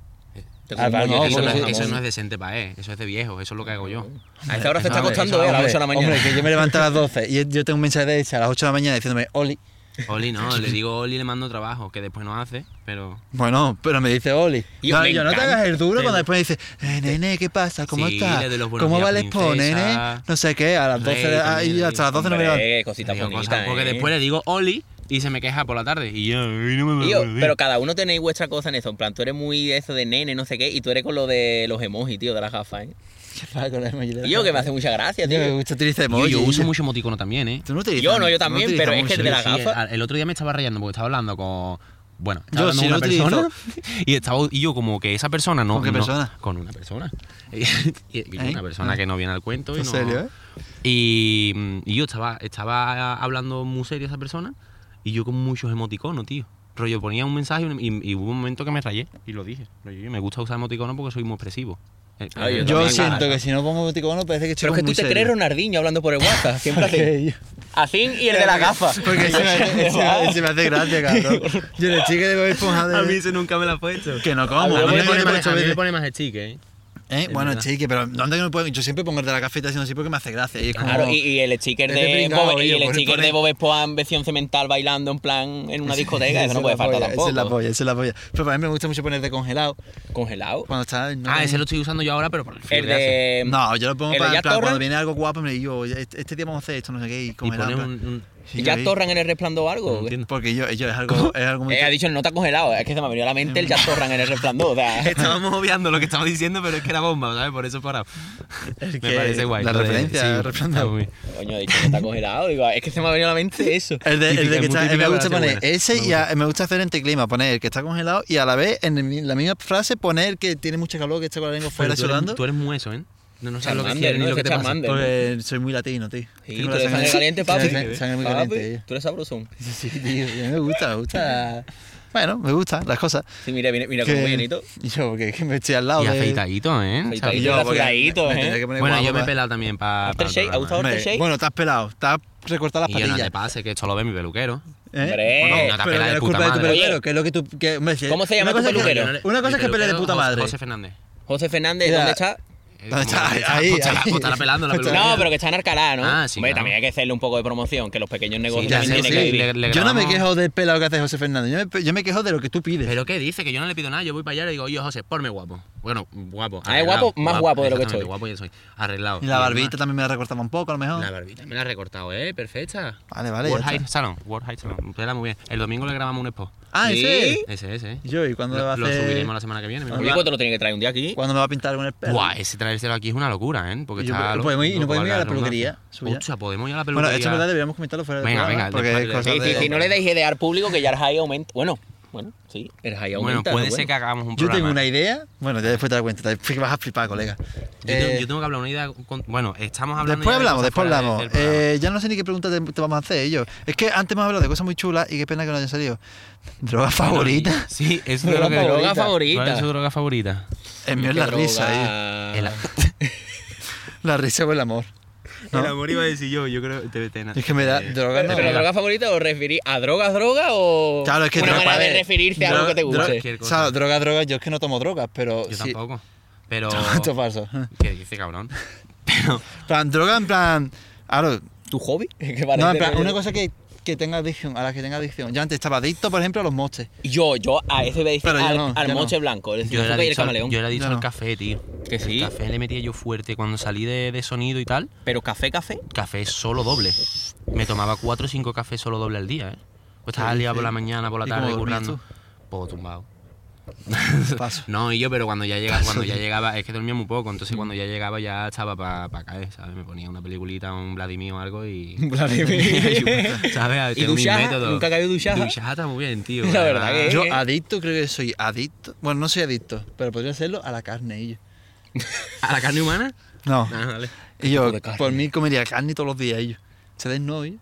te al comes bar un no, yogur, eso, no porque es, jamón. eso no es decente para él, eso es de viejo, eso es lo que hago yo. A esta hora se está Hombre, acostando, eso- ¿eh? A las 8 de la mañana. Hombre, que yo me levanto a las 12 y yo tengo un mensaje de esa a las 8 de la mañana diciéndome, Oli. Oli no, le digo Oli le mando trabajo, que después no hace, pero... Bueno, pero me dice Oli. Y no, me yo no te encanta. hagas el duro cuando después me dice, eh, nene, ¿qué pasa? ¿Cómo Sí, estás? le doy los buenos ¿Cómo días, va el expo, nene? princesa. No sé qué, a las 12 Rey, ahí también, hasta las 12 no me levanto. Hombre, cositas digo cosas, bonitas, ¿eh? porque después le digo Oli y se me queja por la tarde. Y yo, "Ay, no me Tío, acuerdo". pero cada uno tenéis vuestra cosa en eso. En plan, tú eres muy de eso de nene, no sé qué, y tú eres con lo de los emojis, tío, de las gafas, ¿eh? ¿Qué pasa con la emoji de la Y yo que me hace cara? mucha gracia, Yo me tío. gusta utilizar Tío, emoji. yo uso mucho emoticono también, ¿eh? Tú no utilizas- Yo no, yo tú también, utilizas pero es que mucho. de la Sí, gafa. el, el otro día me estaba rayando porque estaba hablando con. Bueno, Yo estaba hablando sí con una lo utilizo. persona y, estaba, y yo como que esa persona no... ¿Con qué no- persona? con una persona. Y- y ¿Eh? Una persona que no viene al cuento. y ¿En no- serio, eh? Y, mm, y yo estaba, estaba hablando muy serio esa persona y yo con muchos emoticonos, tío. Rollo, ponía un mensaje y, y hubo un momento que me rayé y lo dije. Rollo, yo me gusta usar emoticonos porque soy muy expresivo. Eh, Ay, eh, Yo Yo también, siento claro. que si no pongo emoticono parece que estoy Pero es que como tú muy te serio. crees Ronaldinho hablando por el WhatsApp, siempre así. Porque yo- Así y el de las gafas. Porque se me, se me- se me hace gracia, cabrón. Yo le chique de Bob Esponja de... eso nunca me la ha puesto. Que no A como. mí no me me pone pone más- ocho a mí me veces. pone más el chique, ¿eh? Eh, Es bueno, verdad. chique, pero ¿dónde que no puedo? Yo siempre pongo el de la cafeta haciendo así porque me hace gracia. Y es como... Claro, y, y el sticker Este de pringao, Bob, y tío, el pone- sticker pone- de Bob Esponja en versión cemental bailando en plan en una discoteca, eso no puede faltar Esa es la tampoco. polla, esa es la polla. Pero para mí me gusta mucho poner de congelado. Congelado. Cuando está... No, Ah, ese lo estoy usando yo ahora, pero por el fin El de hace. de No, yo lo pongo ¿El de para, Jack para cuando Torrance? viene algo guapo me digo, este, este día vamos a hacer esto, no sé qué, y Y congelado. pones en plan. un, un- Sí, ¿Ya yo vi. torran en el resplandor o algo? entiendo. Porque yo, yo es algo, es algo muy... Eh, ha dicho el nota congelado, es que se me ha venido a la mente el Jack Torran en el resplandor. o sea, Estábamos obviando lo que estaba diciendo, pero es que era bomba, ¿sabes? Por eso he parado. que Me parece guay. la lo de- referencia, sí, el resplandor. está muy bien. coño, he dicho nota congelado, digo, es que se me ha venido a la mente eso. El de, el de Típica, que muy está, típica me gusta gracia poner buena. ese Me y a- me gusta hacer entre clima, poner el que está congelado y a la vez en el mi- la misma frase poner el que tiene mucho calor, que está con la lengua Pero fuera tú eres, sudando. tú eres muy eso, ¿eh? No, no sabes lo que Charmander, quieres ¿no? ni Ese lo que te pasa. Charmander, ¿no? Porque soy muy latino, tío. Sí, Tengo tú la eres sangre caliente, papi. Sangre, sangre muy Papi, caliente. yo. Tú eres sabrosón. Sí, sí, tío. y Me gusta, me gusta. Bueno, me gustan las cosas. Sí, mira, mira, mira Que- cómo viene y todo. Y yo, porque es que me estoy al lado Y de... afeitadito, ¿eh? Afeitadito. Y Yo, porque afeitadito, me ¿eh? tendría que poner Bueno, yo guapo me he para- pelado también para. Aftershave, ¿ha usado Hombre, aftershave? Bueno, te has pelado, te has recortado las Y yo no patillas. te pases, que esto lo ve mi peluquero. ¿Eh? Hombre. Bueno, Una pero tapela de la puta culpa de tu madre. peluquero, que es lo que tú... que, hombre, si- ¿Cómo se llama una tu cosa es que- peluquero? Yo no le- Una cosa mi es que pelea de peluquero, puta José- madre. José Fernández. José Fernández, Mira. ¿dónde está? Eh, ¿Dónde está? como que Ahí, pues, estará- ahí. pues, estará pelando la Está- peluquera. No, pero que está en Alcalá, ¿no? Ah, sí, Hombre, claro. también hay que hacerle un poco de promoción, que los pequeños negocios ya también sé, tienen sí. que Le- vivir. le yo no me grabamos- quejo del pelado que hace José Fernández. Yo me, yo me quejo de lo que tú pides. Pero qué dice, que yo no le pido nada, yo voy para allá y le digo, oye José, ponme guapo. Bueno, guapo. Ah, es arreglado, guapo, más guapo de lo que exactamente, estoy. guapo yo soy. Arreglado. y la además, barbita también me la recortaba un poco, a lo mejor. La barbita me la he recortado, eh, perfecta. Vale, vale. ya World está. Height Salon, World Height Salon. Pela muy bien. El domingo le grabamos un expo. Ah, ¿en ¿Sí? serio? Ese, ese, eh. Yo, ¿y cuándo me va a Lo, lo hacer- subiremos la semana que viene. mi Ah, colega. Oye, pues te lo tiene que traer un día aquí. ¿Cuándo me va a pintar con el pelo? Buah, ese traérselo aquí es una locura, ¿eh? Porque Y yo- está... lo- podemos ir- no loco, podemos ir a la valga, peluquería Roma. suya. Hostia, podemos ir a la peluquería. Bueno, esto en verdad deberíamos comentarlo fuera de Venga, programa, venga, porque después- es cosa Sí, sí, de- sí, no le deis idear al público que ya el high aumenta. Bueno, bueno, sí, el high Bueno, aumenta. pues puede ¿no? ser que hagamos un Yo programa. tengo una idea. Bueno, ya después te das cuenta. te- que vas a flipar, colega. Yo, Eh, tengo, yo tengo que hablar una idea... con- Bueno, estamos hablando... Después ya de hablamos, cosas después fuera de- hablamos. del programa. Eh, ya no sé ni qué pregunta te, te vamos a hacer ellos. Es que antes hemos hablado de cosas muy chulas y qué pena que no hayan salido. ¿Droga favorita? Sí, eso es Droga lo que... favorita. ¿Cuál es su droga favorita? El mío es Qué la droga. risa, eh. El- La risa o el amor. ¿no? El amor iba a decir yo, yo creo que te, te- Es que me da droga, Pero, pero no. Droga. droga favorita o referir a drogas droga o Claro, es que una droga, manera a de ver, referirte a droga- algo que te droga- guste. Cualquier o cosa. sea, droga, droga, yo es que no tomo drogas, pero. Yo sí- tampoco. Pero... Esto es falso. ¿Qué dice, este cabrón? plan, droga en plan. Ahora, ¿Tu hobby? Que no, en parece- plan, una cosa que, que tenga adicción, a la que tenga adicción. Yo antes estaba adicto, por ejemplo, a los moches. Yo, yo a ese voy a decir Pero yo al, no, al yo no. moche blanco, el Yo azúcar y era el adicto, al- camaleón. yo era adicto No, no. al café, tío. Que sí. El café le metía yo fuerte. Cuando salí de, de sonido y tal, Pero café, café. café solo doble. Me tomaba cuatro o cinco cafés solo doble al día, ¿eh? Pues estaba Sí, al día sí. por la mañana, por la ¿Y tarde, cómo dormías currando. Poco tumbado. Paso. No, y yo, pero cuando ya llegaba, cuando ya llegaba, es que dormía muy poco, entonces cuando ya llegaba ya estaba para caer, ¿sabes? Me ponía una peliculita, un Vladimir o algo y... ¿Sabes? ¿Y Tengo mis duchaja? métodos. ¿Nunca cayó duchaja? Duchaja está muy bien, tío. La verdad que- Yo Eh. adicto, creo que soy adicto. Bueno, no soy adicto, pero podría serlo a la carne y yo. ¿A la carne humana? No. Ah, vale. Y yo, tipo de carne? por mí comería carne todos los días y yo. ¿Ustedes no? y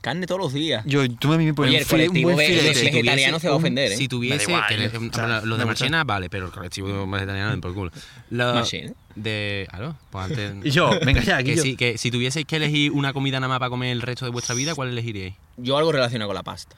Carne todos los días. Yo, yo tú me Oye, pones el un, file- un colectivo buen ve- filete. ve- ve- vegetariano se va a ofender, ¿eh? Si tuviese. igual, que le- yo- bueno, o sea, lo me de gusta. Marchena, vale, pero el colectivo vegetariano den por culo. Lo Marchena. De. Claro, pues antes. Y yo, venga ya, que, aquí si, que si tuvieseis que elegir una comida nada más para comer el resto de vuestra vida, ¿cuál elegiríais? Yo algo relacionado con la pasta.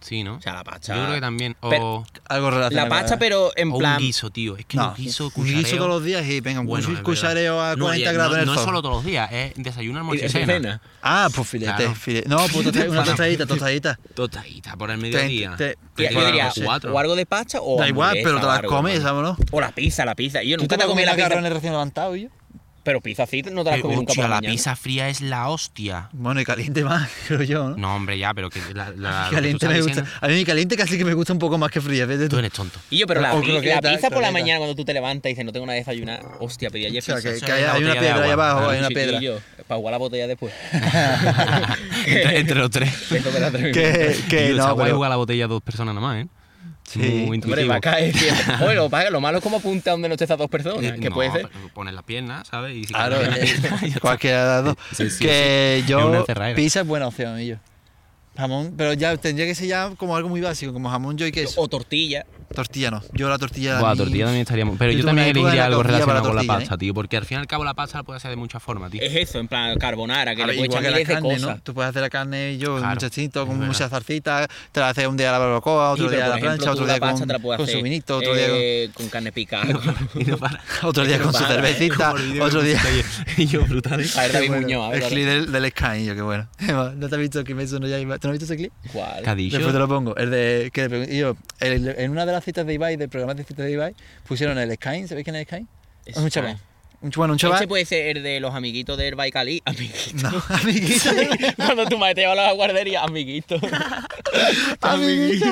Sí, ¿no? O sea, la pasta. Yo creo que también. O, Pero- Algo relacionado. La pasta, pero en o plan. un guiso, tío. Es que No, un guiso, un cuchareo. guiso todos los días y venga, un Bueno, es cuchillo verdad. cuchareo a No, 40 y- grados no, en el No es sol. solo todos los días, es desayuno, y- almuerzo y y cena. cena. Ah, pues filete, Claro. filete. No, pues tosta- una tostadita, tostadita. Tostadita Tota, por el mediodía. te- Yo- Yo Cuatro, diría, cuatro. o algo de pasta o. Da igual, hamburguesa pero te o las algo, comes, hermano. vámonos. O la pizza, la pizza. Yo ¿Tú nunca te me he vas a comer comido la pizza. macarrones recién levantados y yo? Pero pizza así no te la has Eh, comido nunca por hostia, la la mañana. pizza fría es la hostia. Bueno, y caliente más, creo yo, ¿no? No, hombre, ya, pero que la, la- lo que pues tú caliente estás me diciendo- gusta. A mí mi caliente casi que me gusta un poco más que fría, fíjate tú. Tú eres tonto. Y yo, pero la, O pi- la croqueta, pizza por la croqueta. mañana cuando tú te levantas y dices, no tengo nada de desayunar, hostia, pedí ayer O sea, pizza. que, eso que es hay, la hay una botella de piedra ahí agua. abajo, hay una piedra. Para jugar la botella después. entre, entre los tres. Esto me da tremendo. Que, que Tío, está no, guay pero- jugar a la botella dos personas nada más, ¿eh? Sí. Muy intuitivo. Hombre, va a caer. tío. Oye, lo, pa- lo malo es como apunta donde no te estás dos personas. Eh, que no, puede ser. pero Pones las piernas, ¿sabes? Y si Claro, quieres poner la eh, pierna, cualquiera de las dos. Sí, sí, que Es una yo. cerraera. Pizza es buena opción, y yo. Jamón, pero ya tendría que ser ya como algo muy básico, como jamón, yo y queso. O tortilla. Tortilla no. Yo la tortilla. a Buah, mí- tortilla también estaría muy... Pero Yo yo tuve una también época de la elegiría algo tortilla para relacionado con la tortilla, ¿eh? pasta, tío. Porque al fin y al cabo la pasta la puedes hacer de muchas formas, tío. Es eso, en plan carbonara, que A le ver, puedes echar igual que la miles de carne, cosas. ¿no? Tú puedes hacer la carne yo Claro, muchachito, es con verdad. muchas zarcitas, te la haces un día a la barbacoa, Y, otro pero, día a la por ejemplo, plancha, tú otro la día pasta con, te la puedes con hacer, su vinito, otro día con, eh, con carne picada. Y no para. otro día con su para, ¿eh? cervecita, otro día... Y yo, brutal. ¿eh? A ver, David Qué bueno. Muñoz, a ver, el David. clip del, del Sky, yo qué bueno. Emma, ¿No te has visto que me sonó ya? Ibai? ¿Tú no has visto ese clip? ¿Cuál? ¿Qué ha dicho? Después te lo pongo. El de que le pregun- y yo, el- en una de las citas de Ibai, del programa de citas de Ibai, pusieron el Sky, ¿sabéis quién es el Sky? Es un Sky. chaval. Un ch- Bueno, un chaval. Este puede ser el de los amiguitos del Baikali. Amiguito. No, amiguito. Cuando tu madre te lleva a la guardería, amiguito. amiguito.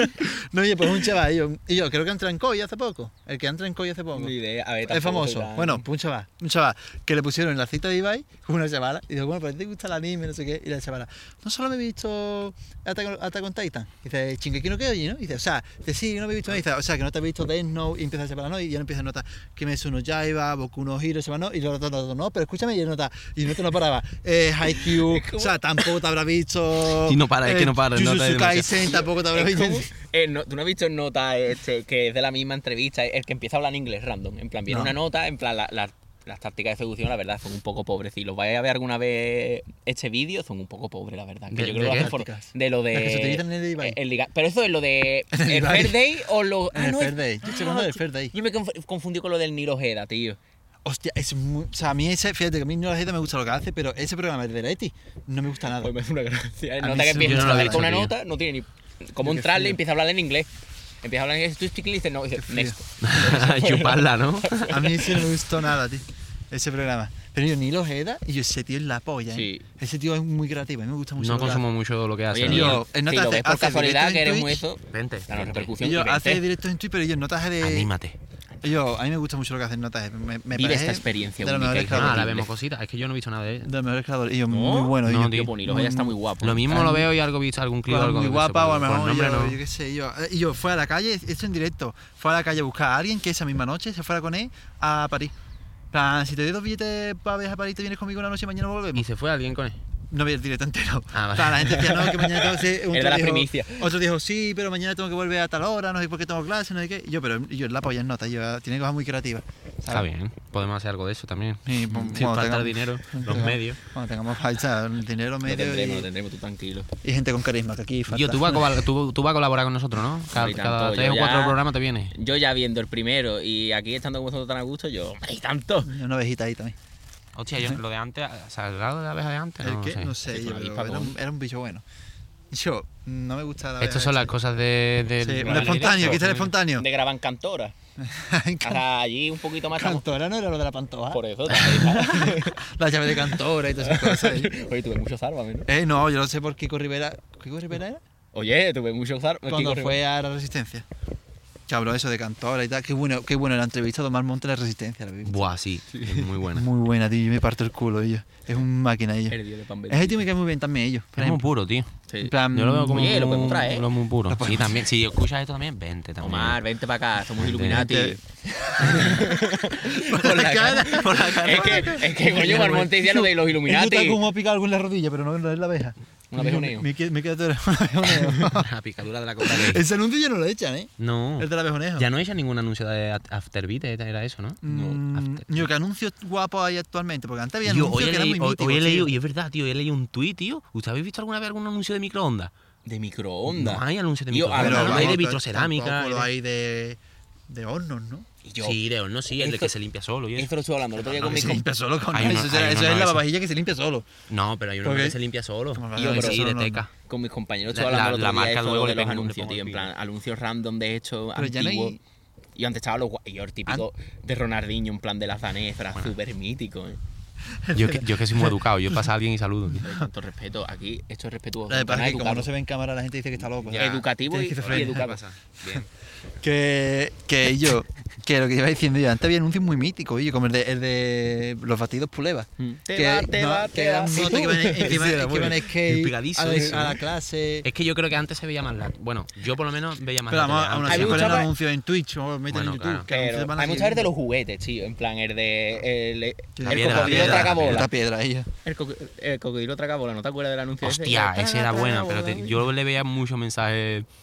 no, oye, pues un chaval. Y yo, y yo creo que entró en COI hace poco. El que entra en COI hace poco. Ni idea. A ver, Es tampoco famoso. soy tan- Bueno, pues un chaval. Un chaval que le pusieron en la cita de Ibai con una chavala. Y dijo, bueno, pero a ti te gusta el anime, no sé qué. Y la chavala, no solo me he visto Attack Attack on Titan. Dice, chingue, no que oye, ¿no? Dice, o sea, dice, sí, no me he visto. nada. Dice, o sea, que no te has visto Death Note. Y empieza la chavala, no. Y ya no empieza a notar que me sueno Jaiba, Boku no Hiro, se va, no. Y los otros, no, no, pero escúchame, y él nota. Y no te lo paraba. Eh, Haikyuu, o sea, tampoco te habrá visto. Y no para, es que Eh, no para, nota Jujutsu demasiado. Kaisen, tampoco te habrá Es visto. como- eh, no- Tú no has visto en nota este, que es de la misma entrevista, el que empieza a hablar en inglés random. En plan, viene No. una nota, en plan, la- la- las tácticas de seducción, la verdad, son un poco pobres. Si los vais a ver alguna vez este vídeo, son un poco pobres, la verdad. Que ¿De- yo de creo que qué lo hacen por- tácticas? de lo de. Las que se utilizan en el Ibai. el liga- pero eso es lo de. el ¿El Ibai. Fair Day o lo. ah, En el Fair Day. Yo estoy hablando del Fair Day. Yo me conf- confundí con lo del Nilo Ojeda, tío. Hostia, es muy. O sea, a mí ese, fíjate que a mí no la gente me gusta lo que hace, pero ese programa el de la ETI no me gusta nada. Pues me hace una gracia. ¿eh? Ah. A mí Nota que sí, yo empieza no lo he a hablar visto, con una tío. nota, no tiene ni. ¿Cómo Qué entrarle? frío. Empieza a hablar en inglés. Empieza a hablar en inglés, tú y dice no, dice frío. next. Chuparla, ¿no? A mí ese no me gustó nada, tío. Ese programa. Pero yo ni los era y yo ese tío es la polla, ¿eh? Sí. Ese tío es muy creativo, a mí me gusta mucho. No lo que consumo mucho lo que hace. Oye, la Tío, Nilo, verdad. eh, no si te lo hace- ves por hace casualidad directo que en eres muy Twitch. eso, Vente. la vente. hace. repercusión Ellos que hace merece. directo en Twitch, pero ellos notas de. Anímate. Ellos, a mí me gusta mucho lo que hacen notas. Me, me Vive parece esta experiencia de los única mejores y Ah, creadores. ahora Increíble. vemos cositas. Es que yo no he visto nada de él. De los mejores creadores. Ellos muy buenos. No, ellos. Tío, tío. Bonilo, ella está muy guapo. Lo mismo lo veo y algo he visto, algún clip o algo. muy de eso, guapa o a lo pero por mejor nombre yo, pues, no. yo qué sé yo eh, y yo fue a la calle esto en directo fue a la calle a buscar a alguien que esa misma noche se fuera con él a París En plan si te doy dos billetes para viajar a París te vienes conmigo una noche y mañana Y volvemos se fue alguien con él. no vi el directo entero Ah, vale. En plan, la gente decía no que mañana tengo que hacer- Era otro la dijo- primicia. otro dijo sí pero mañana tengo que volver a tal hora no sé por qué tengo clase no sé qué Y yo pero y yo la polla en nota yo ah, tiene cosas muy creativas Está bien. Podemos hacer algo de eso también. y, pues, Sin cuando faltar tengamos- dinero, los tengamos- medios. cuando tengamos falta dinero Lo medio tendremos, lo y, tendremos, tú tranquilo. y gente con carisma que aquí falta Yo, tú vas, a cobal- tú- tú vas a colaborar con nosotros, ¿no? Cada, Ni tanto, cada yo tres o ya- cuatro programas te vienes. Yo ya viendo el primero y aquí estando con vosotros tan a gusto, yo, hombre, y tanto. una ovejita ahí también Hostia, yo lo de antes, ¿salgado de la abeja de antes? ¿El No, qué? sé. No sé, Sí, yo con la creo, avispa, era, un, con- era un bicho bueno. Yo, no me gusta la Estas abeja son las esa. cosas de... de Sí, del- un espontáneo, directo. quita el espontáneo. De graban cantora. Hasta allí un poquito más estamos. Cantora no era lo de la pantoja. Por eso, también. La llave de cantora y todas esas cosas. ahí. Oye, tuve mucho sálvame, ¿no? Eh, no, yo no sé por Kiko Rivera. ¿Kiko Rivera era? Oye, tuve mucho sálvame. Cuando fue a la Resistencia. Que habló eso de cantora y tal. Qué bueno, qué bueno la entrevista de Omar Monte en la Resistencia. la vi. Buah, sí, es muy buena. Muy buena, tío. Yo me parto el culo, ellos. Es un máquina, ellos. El día de pan Ese tío me cae muy bien también, ellos. por Es muy ejemplo. puro, tío. Sí. En plan, Yo lo veo como Oye, lo un- podemos traer, ¿eh? lo muy puro. podemos Sí, también. Si escuchas esto también, vente también. Omar, vente para acá, somos Illuminati. Vente. Por la cara. por la cara. Es que, es que coño, Marmonte decía lo de los Yo Illuminati. tengo como picado algo en la rodilla, pero no no es la abeja. Una abeja Yo uneo. Me, me, me queda todo un abejoneo. La picadura de la copa. de- Ese anuncio ya no lo echan, ¿eh? No. El del abejonejo. Ya no he hecho ningún anuncio de At- Afterbeat, eh, era eso, ¿no? Mm, After- yo, que anuncios guapos hay actualmente, porque antes había Yo, anuncios hoy, que he eran leí- muy hoy- míticos, hoy he tío. leído, y es verdad, tío, he leído un tuit, tío. ¿Usted habéis visto alguna vez algún anuncio de microondas? De No microondas. hay anuncios de Yo, microondas. Pero, no hay vamos, t- de vitrocerámica. tampoco hay lo de- hay de, de hornos, ¿no? Y yo, Sí, de horno, sí, el de Esto- que se limpia solo y eso. Eso lo estoy hablando el otro día No, con mi Ah, que se compa. limpia solo con Hay eso. uno- eso hay Pues era- eso uno, es no, la eso. vajilla que se limpia solo. No, pero hay uno ¿Por que qué? se limpia solo. Como Yo, Sí, pero- sí, de no, no. teca. Con mis compañeros La- estoy hablando el otro la- la día marca esto luego de le los pega un anuncios, empujón tío. En al plan, anuncios random de estos Pero ya no hay- antiguos. Yo antes estaba los guay- yo el típico Ah. de Ronaldinho, en plan de la Zanestra, súper mítico. ¿eh? Yo, que- yo que soy muy educado, yo paso a alguien y saludo. tío. Pero Con todo respeto, aquí esto es respetuoso. La de en plan pasa es que como no educado. se ve en cámara, la gente dice que está loco. ¿sabes? educativo y, Tienes y esquizofrenia. educado. Bien. Que, que yo, que lo que iba diciendo yo, antes había anuncios muy míticos, oye, como el de, el de los batidos puleva. Mm. Te que, va, te va, te eran va. motos que iban en- que iban- Ese era que iban en bueno. El skate pegadizo a ese, la- a ¿no? la clase. Es que yo creo que antes se veía más la... Bueno, yo por lo menos veía más Pero vamos, la... tele aún antes. así Hay ponen mucha- anuncios en Twitch o meten Bueno, en YouTube. claro. que anuncios Pero van a hay muchas seguir veces de viendo. los juguetes, tío. En plan, el de. El, el, La el piedra, la cocodrilo piedra, la tragabola. Otra piedra ahí. El, co- el cocodrilo tragabola, ¿no te acuerdas del anuncio? ese? Hostia, ese era bueno, pero te- yo le veía muchos mensajes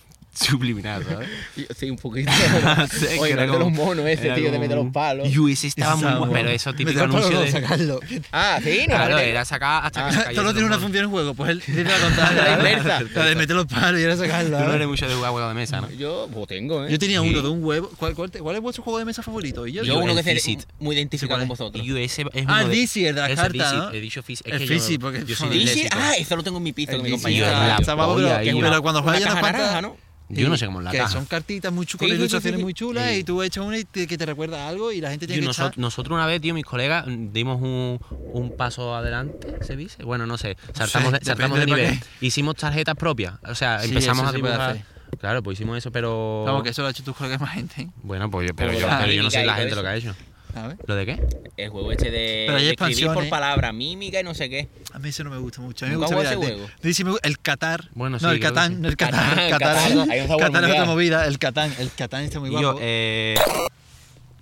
subliminales, ¿sabes? Y- Sí, un poquito. Sí, que Oye, era el de como- los monos ese, era tío, de como- meter los palos. Yu, ese estaba muy bueno, pero eso típico anuncio de... sacarlo. Ah, sí, no. Claro, vale. era sacar hasta que se cayese Solo tiene el una mono. función en juego, pues él dice la contraria. La inversa. La de meter los palos y era sacarlo. Tú no ¿eh? eres mucho de jugar juego de mesa, ¿no? Yo pues, tengo, ¿eh? Yo tenía Sí. uno de un huevo. ¿Cuál, cuál, te- cuál es vuestro juego de mesa favorito? Y yo, Yo uno el que se Fizit. muy identificado con vosotros. Y ese es uno Ah, el de- Dizzy, el de las ese cartas, Dizzy, ¿no? El Dizzy Fizz. Es El que Fizzy, yo, porque yo es soy famoso. Dizzy, disléxico. ah, eso lo tengo en mi piso El con mi Dizzy, compañero. ah, Ah, la chaval, polla, que es y una- pero cuando una juegas ya caja no cuenta- naranja, ¿no? Yo Y no sé cómo es la que caja. Son cartitas muy chulas, Sí, con sí, sí, ilustraciones sí. muy chulas Sí. y tú echas una y te- que te recuerda algo y la gente Y tiene que noso- echar... nosotros una vez, tío, mis colegas, mm, dimos un, un paso adelante, ¿se dice? Bueno, no sé, saltamos, de, depende saltamos de de pa' nivel. Hicimos tarjetas propias, o sea, Sí, empezamos eso a se puede dibujar. hacer. Claro, pues hicimos eso, pero... Vamos, que eso lo ha hecho tú colegas más gente, ¿eh? Bueno, pues yo, pero, Como yo, la pero yo no sé mímica y la todo gente lo eso. que ha hecho. ¿sabes? ¿Lo de qué? El juego este de, Pero hay de escribir por expansiones. palabra, mímica y no sé qué. A mí eso no me gusta mucho. A mí me Nunca gusta hubo mira, ese de- juego. de- sí me gusta- el Catán. Bueno, no, sí, el creo que Catán, sí. no el Catán. Catán, El Catán, Catán, hay un sabor Catán es otra mundial. movida. El Catán, el Catán está muy Y yo, guapo. eh,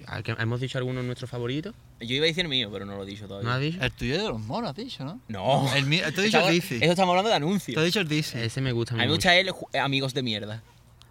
a ver, que ¿Hemos dicho alguno de nuestros favoritos? Yo iba a decir el mío, pero no lo he dicho todavía. ¿No has dicho? El tuyo es de los monos, has dicho, ¿no? No. El mío, te he dicho Estamos- el Dizzy. Eso estamos hablando de Te he anuncios. dicho el Dizzy. Ese me gusta A a mí mí me mucho. gusta el ju- eh, Amigos de Mierda.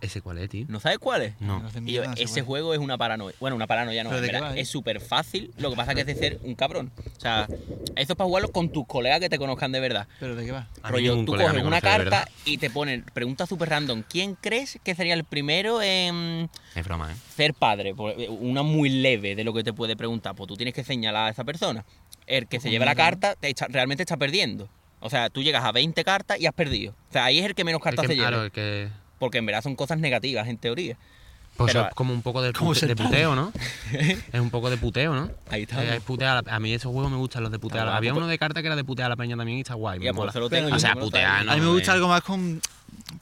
¿Ese cuál es, tío? ¿No sabes cuál es? No. Los de Y yo, mierda, no sé ese cuál. juego es una paranoia. Bueno, una paranoia no. ¿Pero en de qué verdad, va, eh? es súper fácil. Lo que pasa que es de ser un cabrón. O sea, eso es para jugarlo con tus colegas que te conozcan de verdad. ¿Pero de qué va? A mí Rollo, ningún tú colega coges me una conoce de carta verdad. y te ponen pregunta súper random. ¿Quién crees que sería el primero en Es broma, ¿eh? ser padre? Por- Una muy leve de lo que te puede preguntar. Pues tú tienes que señalar a esa persona. El Pues que se lleve la carta te está- realmente está perdiendo. O sea, tú llegas a 20 cartas y has perdido. O sea, ahí es el que menos El cartas que- se lleva. claro, el que... Porque en verdad son cosas negativas, en teoría. Pues Pero- es como un poco de, ¿Cómo pute- se de llama? puteo, ¿no? es un poco de puteo, ¿no? Ahí está. Eh, es putear a la- a mí esos juegos me gustan los de putear. a la- Ah, Había pues- uno de carta que era de putear a la peña también y está guay. me Ya, por mola. eso lo tengo. o yo sea, no me lo putear, sabía. no, a mí me gusta eh. algo más con un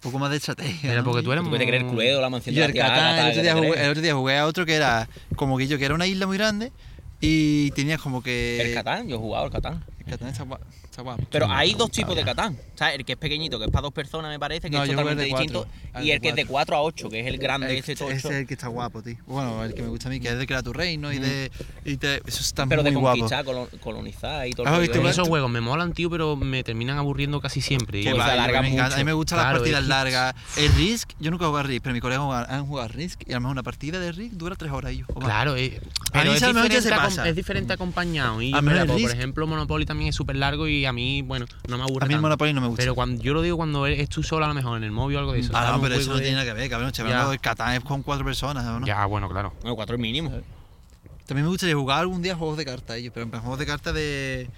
poco más de estrategia. Pero ¿no? porque tú eres Tú puedes creer muy- Cluedo, la mansión mm, Y de el la Tierra, Catán, tal, el que otro, te día jugué, crees. el otro día jugué a otro que era como que yo, que era una isla muy grande y tenías como que... El Catán, yo he jugado al Catán. El Catán está guapo. Está guapo. Pero hay dos tipos de Catán. ¿Sabes? El que es pequeñito, que es para dos personas, me parece, que No, es yo jugué al totalmente de cuatro, distinto. al Y de el que es de 4 a 8, que es el grande, El- ese ese es tocho. el que está guapo, tío. Bueno, el que me gusta a mí, que es de crear tu reino y de... Y de eso está Mm. Pero muy de guapo. conquistar, colo- colonizar y todo Ah, el ¿viste? rollo. Pero Tú- esos tú- juegos me molan, tío, pero me terminan aburriendo casi siempre. Y- Que Que se va, yo alarga me encanta. A mucho. mí me gustan Claro, las partidas es que- largas. El Risk, yo nunca he jugado a Risk, pero mis colegas juegan- han jugado a Risk y a lo mejor una partida de Risk dura tres horas ellos. o más. Claro, eh, A mí pero es se me hace que diferente, se acom- pasa. es diferente acompañado. Y A mí verdad, el por Risk- ejemplo, Monopoly también es súper largo y a mí, bueno, no me aburre. A mí el tanto. Monopoly no me gusta. Pero cuando, yo lo digo cuando es tú solo, a lo mejor en el móvil o algo de eso. ah, ¿sabes? no, Un pero eso juego no de- tiene nada que ver, cabrón. Estoy Ya. hablando del Catán es con cuatro personas, ¿no? Ya, bueno, claro. Bueno, 4 es mínimo. También me gustaría jugar algún día juegos de cartas ellos, pero en plan, juegos de cartas de...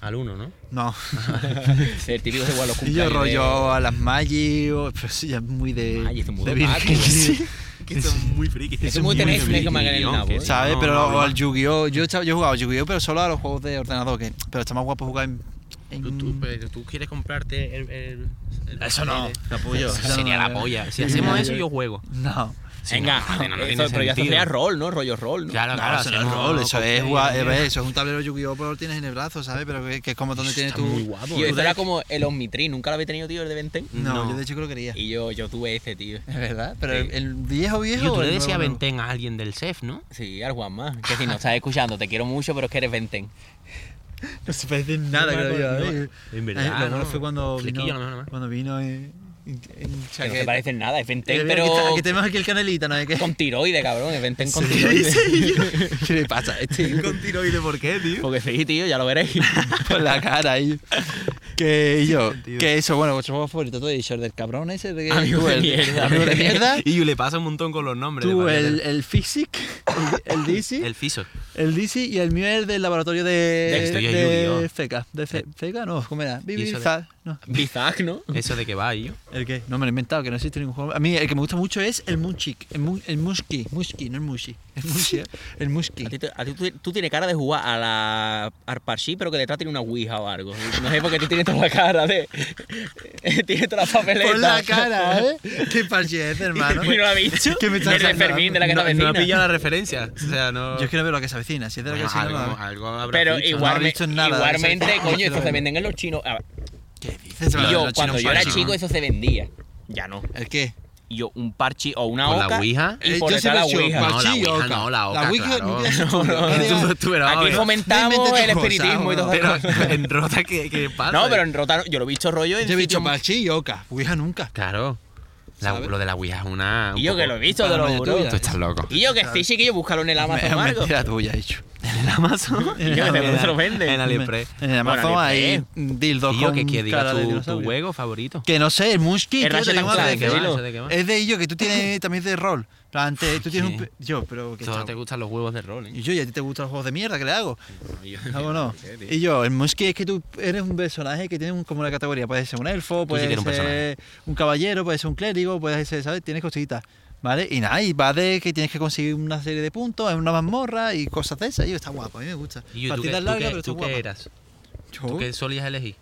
Al uno, ¿no? No. El típico de igual los Y yo cumpleaños. rollo a las Magic, o- pero eso ya es muy de... Magic, eso es muy de de virgen, Paco, sí. Que son muy frikis. Eso es muy tenéis tenéis que mangar el nabo, ¿eh? ¿Sabes? pero no, al Yu-Gi-Oh! Yo, he estado- yo he jugado a Yu-Gi-Oh! pero solo a los juegos de ordenador, que... Pero está más guapo jugar en... en- Tú, tú, pero tú quieres comprarte el. el- el- Eso no, capullo. eh. Eso Eso no, sería no, la no. polla. Si hacemos eso, yo juego. No. Sí, Venga, no, no, no eso- tiene pero ya sentido. sería rol, ¿no? Rollo rol, ¿no? Claro, Claro, claro. eso no es hacemos rol, eso es, cócteles, jugar- ¿no? eh, eso es un tablero Yu-Gi-Oh! pero lo tienes en el brazo, ¿sabes? Pero que, que es como donde Eso tienes está tú... muy guapo. Y ¿eh? eso era como el Omnitrix, nunca lo había tenido, tío, el de Venten. No, No. yo de chico lo quería. Y yo, yo tuve ese, tío. Es verdad, pero Sí. el, el viejo viejo... Yo, o tú el le nuevo, decías nuevo? Venten a alguien del CEF, ¿no? Sí, al Juan más. Que si no estás escuchando, te quiero mucho, pero es que eres Venten. No se parece en nada, No me creo yo. acuerdo, ¿eh? no. En verdad, Eh, lo bueno no. fue cuando Flequillo, vino, a lo mejor, ¿no? cuando vino eh, en, en Que no chaqueta. te parece en nada, es Eh, Venten, mira, pero Aquí, está- aquí tenemos aquí el canelita, ¿no? ¿Qué, con tiroides, cabrón. Es Venten con Sí, tiroides. sí, yo- ¿Qué le pasa a este? Con tiroides, ¿por qué, tío? Porque sí, tío, ya lo veréis. Por la cara ahí. Que yo, sentido. que eso, bueno, pues, vuestro juego favorito todo, y short del cabrón ese de que Amigo tú, de el- mierda. Amigo de mierda. Y yo le pasa un montón con los nombres. Tú, de el, variedades. el Physic, el, el DC, El Fiso. el DC y el mío es el del laboratorio de, Estoy ahí, de Yu-Gi-Oh. Feca. ¿De Fe- Feca? No, ¿cómo era? Y eso de- Bibizar, no. Bizarro, ¿no? Eso de que va, y yo. ¿El qué? No me lo he inventado, que no existe ningún juego. A mí el que me gusta mucho es el Munchik. El, Mun- el Mushki. Mushki, no el Mushi. El Mushi. ¿eh? El Mushki. A ti te- a ti tú, tú tienes cara de jugar a la al parchís, pero que detrás tiene una ouija o algo. No sé por qué tú tienes toda la cara de... tienes toda la papeleta. Por la cara, ¿eh? Qué parche es, hermano. Y no la ha visto. ¿Qué me estás Eres hablando? Fermín de la que no, te no ha vecina. pillado la referencia. O sea, no. Yo quiero ver la casa vecina. Si es de la Bueno, casa vecina, algo, no la- algo habrá Pero dicho, ¿no? igual, No ha dicho nada de igualmente, eso. coño, eso se venden en los chinos. Ah, ¿Qué dices? Se me y lo- yo, los cuando chinos yo era parecen, chico, ¿no? eso se vendía. Ya no. ¿El qué? Y yo, un parchi o una ¿Con oca. la ouija? Y Eh, por yo detrás la siempre he dicho, ouija. No, la Parchís y Ouija oca. no, la oca, La Ouija claro. nunca es chula. No, tú- tú, pero vamos a Aquí ver. fomentamos Inventa el tus cosas, espiritismo y vamos. todo Pero en rota que, que pasa. No, pero en Rotano, yo lo he visto rollo en Yo he dicho sitios- parchís y oca. Ouija nunca. Claro. La- ¿Sabes? lo de la Ouija es una. un Y yo que poco- lo he visto, te lo Paranoia juro. tuya. Tú estás loco. Y yo que sí, chiquillo, búscalo en el Es Amazon, Marco. mentira tuya, he dicho. En Amazon. Y yo que En- te se lo venden. En Aliexpress. En el Amazon Bueno, hay dildos Y yo con que quiero cara de diga tu, tu dinosaurio. juego favorito. Que no sé, el Munchkin. El tú, Ratchet te digo and una ¿eh? Clank, vez, ¿De qué va? dilo. ¿Eso de qué va? Es de ello que tú tienes también de rol, plan, te- tú tienes Sí. un... pe- Yo, pero... que Solo está- te gustan los huevos de rol, Y ¿eh? yo, ¿y a ti te gustan los juegos de mierda? ¿Qué le hago? Yo- Ah, bueno. ¿Qué, tío? Y yo, el Musky es que tú eres un personaje que tiene un- como una categoría. Puede ser un elfo, puede sí que eres un ser un, caballero, puede ser un clérigo, puede ser, ¿sabes? Tienes cositas. ¿Vale? Y nada, y va de que tienes que conseguir una serie de puntos en una mazmorra y cosas de esas. Y yo, está guapo, a mí me gusta. Y yo, ¿tú qué, Partidas tú largas, qué- pero está tú qué guapa. eras? Yo- ¿Tú qué solías elegir?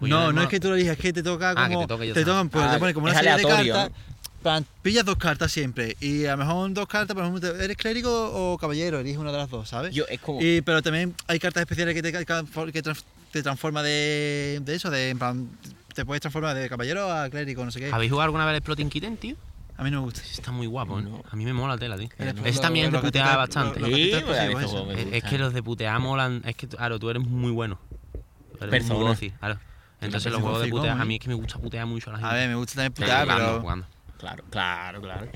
Pues yo no, era no mono- es que tú lo digas, es que te toca como. Ah, que te toca, yo sé. tocan, pues, Ah, te ponen como una es serie aleatorio, de cartas. plan, pillas dos cartas siempre. Y a lo mejor dos cartas, por ejemplo, te- ¿eres clérigo o caballero? Eliges una de las dos, ¿eh? ¿sabes? Yo, es como. Y, pero también hay cartas especiales que te, ca- ca- que trans- te transforma de, de eso, de en plan, te puedes transformar de caballero a clérigo, no sé qué. ¿Habéis jugado alguna vez el Exploding Kitten, tío? A mí no me gusta. Ese Está muy guapo, ¿eh? No. A mí me mola la tela, tío. El Ese Exploding- también es de los putear gatitos- bastante. los- Sí, los gatitos pues, a mí explosivos, tampoco me eso. Es, es gustan. que los de puteá molan. Es que, claro, tú eres muy bueno. Tú Eres Persona. muy dócil, claro. Entonces parece los juegos de gocicón, puteá, a ¿eh? mí es que me gusta putear mucho a la gente. A ver, me gusta también Pero putear, jugando, pero. jugando. Claro, claro, claro.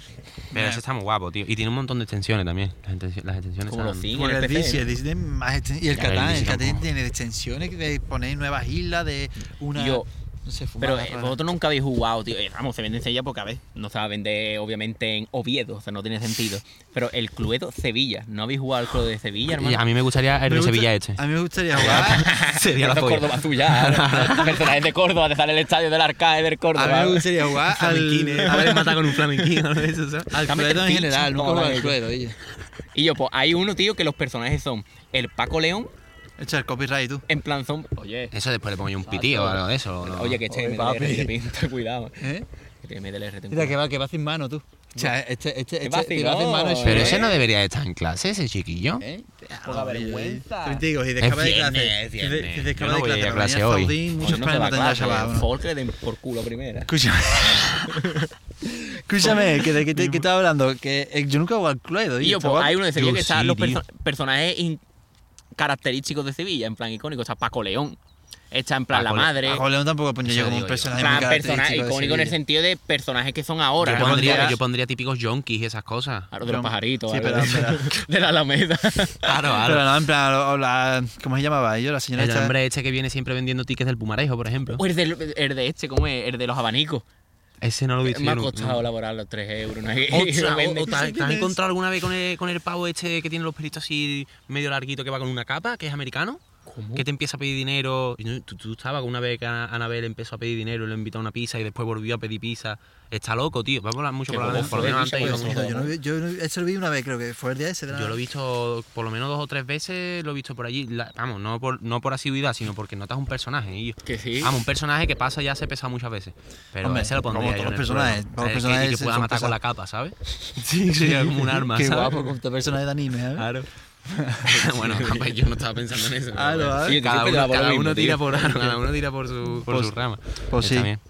Pero ese está muy guapo, tío. Y tiene un montón de extensiones también. Las extensiones, las extensiones Como los están- Zing Por en el el DC, el PC. DC tiene más exten- y el Ya, el Catán, el DC Catán tampoco. tiene extensiones de poner nuevas islas, de una. Yo- no sé, fumar Pero la eh, rara. vosotros nunca habéis jugado, tío. Eh, vamos, se vende en Sevilla porque, a ver, no se va a vender obviamente en Oviedo, o sea, no tiene sentido. Pero el Cluedo Sevilla, ¿no habéis jugado al Cluedo de Sevilla, Y a hermano? mí me gustaría el Me de gusta- Sevilla este. A mí me gustaría jugar. Sería la Esto es polla. Córdoba tuya, ¿no? personajes de Córdoba, te sale el estadio del arcade del A mí Córdoba. me gustaría jugar Flamenquines, al. haber matado con un flamenquín o de eso, ¿sabes? Al Cámbiate Cluedo el en pitch, general, nunca como jugar la- al Cluedo, oye. Y yo, pues hay uno, tío, que los personajes son el Paco León, Echa el copyright tú. en plan son. Oye, Eso después le pongo yo un pitío o algo de eso. ¿o no? oye, que este Oye, me da papi. el pinta, cuidado. ¿Eh? Que te mete el RT. Mira, que va, que va sin mano tú. O sea, este, este, este, vacilón. te va sin mano. Pero ¿eh? ese no debería estar en clase, ese chiquillo. ¿Eh? Poca vergüenza. También te digo, si descaba de viernes, clase. es si viernes. de- Si Yo descaba no de voy a ir clase, a la mañana clase hoy. Zaudín, Hoy muchos no te planes va no a tendrá clase, chaval. el ¿no? folk le den por culo primera. Escúchame. Escúchame, que de qué te- que estaba hablando. Que eh, yo nunca he jugado al Cluedo. Y oye, yo, pues, chaval. hay uno de Sevilla Yo que está sí, los tío. perso- personajes in- característicos de Sevilla, en plan icónico. Está Paco León, está en plan Paco la Le- madre. A Juan León tampoco ponía Eso yo como digo un yo. en personaje muy plan personaje característico. de icónico en el Sevilla. sentido de personajes que son ahora. Yo ¿no? Ah, pondría, pondría- yo pondría típicos yonkis y esas cosas. Claro, de los Yo- pajaritos. Sí, algo de pero- eso. De la Alameda. Claro, Pero no, en plan, o- o la- ¿cómo se llamaba? Yo, la señora El esta- hombre este que viene siempre vendiendo tickets del Pumarejo, por ejemplo. o el de, el de este, ¿cómo es? El de los abanicos. Ese no lo he visto. Me ha yo nunca. costado elaborar los 3 euros. ¿no? Ostras, Vende- o- o ¿te has- te has encontrado alguna vez con el, con el pavo este que tiene los pelitos así medio larguito que va con una capa, que es americano? ¿Cómo? Que te empieza a pedir dinero. Y no, Tú, tú estabas con una vez que Ana- Anabel empezó a pedir dinero y le invitó a una pizza y después volvió a pedir pizza. Está loco, tío. Vamos a hablar mucho Qué por la bobo por lo fue, menos pizza antes puede íbamos ser. a- Yo, no vi- yo no- eso lo vi una vez, creo que fue el día ese. de la- Yo lo he visto por lo menos dos o tres veces, lo he visto por allí. La- vamos, no por, no por asiduidad, sino porque notas un personaje. Y yo- Que sí. Vamos, un personaje que pasa ya se pesa muchas veces. Pero Hombre, ese lo pondría como yo todos los en el personajes, programa. todos los Es que- personajes y que, se pueda son matar pesados. con la capa, ¿sabes? Sí, sería como un arma, Qué ¿sabes? guapo, como este personaje de anime, ¿eh? Claro. bueno, pues yo no estaba pensando en eso. pero Claro, bueno. claro. Sí, que Cada siempre te da uno, por lo cada mismo, uno tira tío. por, cada uno tira por su, por Pues- su rama. pues Está sí. bien.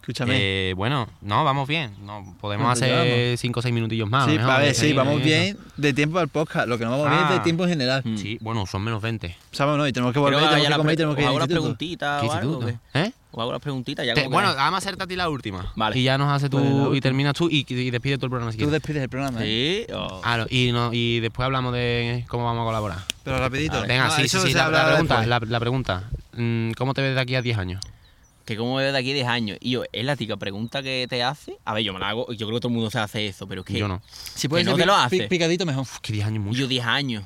Escúchame. Eh, bueno, no, vamos bien. No, podemos Bueno, hacer llevamos. 5 o 6 minutillos Ah, más. sí, mejor, a ver, que sí, pues sí, vamos eso. bien de tiempo al podcast. Lo que no vamos bien es de Ah. tiempo en general. Mm. Sí, bueno, son menos 20. Sabemos, ¿no? Y tenemos que Pero volver, ahora tenemos ya que la comer, pre- tenemos que ir os al hago las instituto. preguntitas ¿Qué o algo. instituto? ¿o qué? ¿Eh? Os hago las preguntitas ya Te- como que- bueno, vamos a hacerte a ti la última. Vale. Y ya nos hace tú Vale, la y última. terminas tú y, y despides tú el programa si Tú quieres. despides el ah, programa, ¿eh? Sí, o- Claro, y, no- y después hablamos de cómo vamos a colaborar. Pero rapidito. Venga, No, sí, eso sí, sí, se la, la habla pregunta, después. la, la pregunta. Mm, ¿Cómo te ves de aquí a 10 años? que como veo de aquí 10 años. Y yo, es la típica pregunta que te hace. A ver, yo me la hago. Yo creo que todo el mundo se hace eso, pero es que. Yo no. Si puedes no ser te lo Pues pi- hace. pi- picadito, mejor. Que 10 años es Y mucho. Yo 10 años.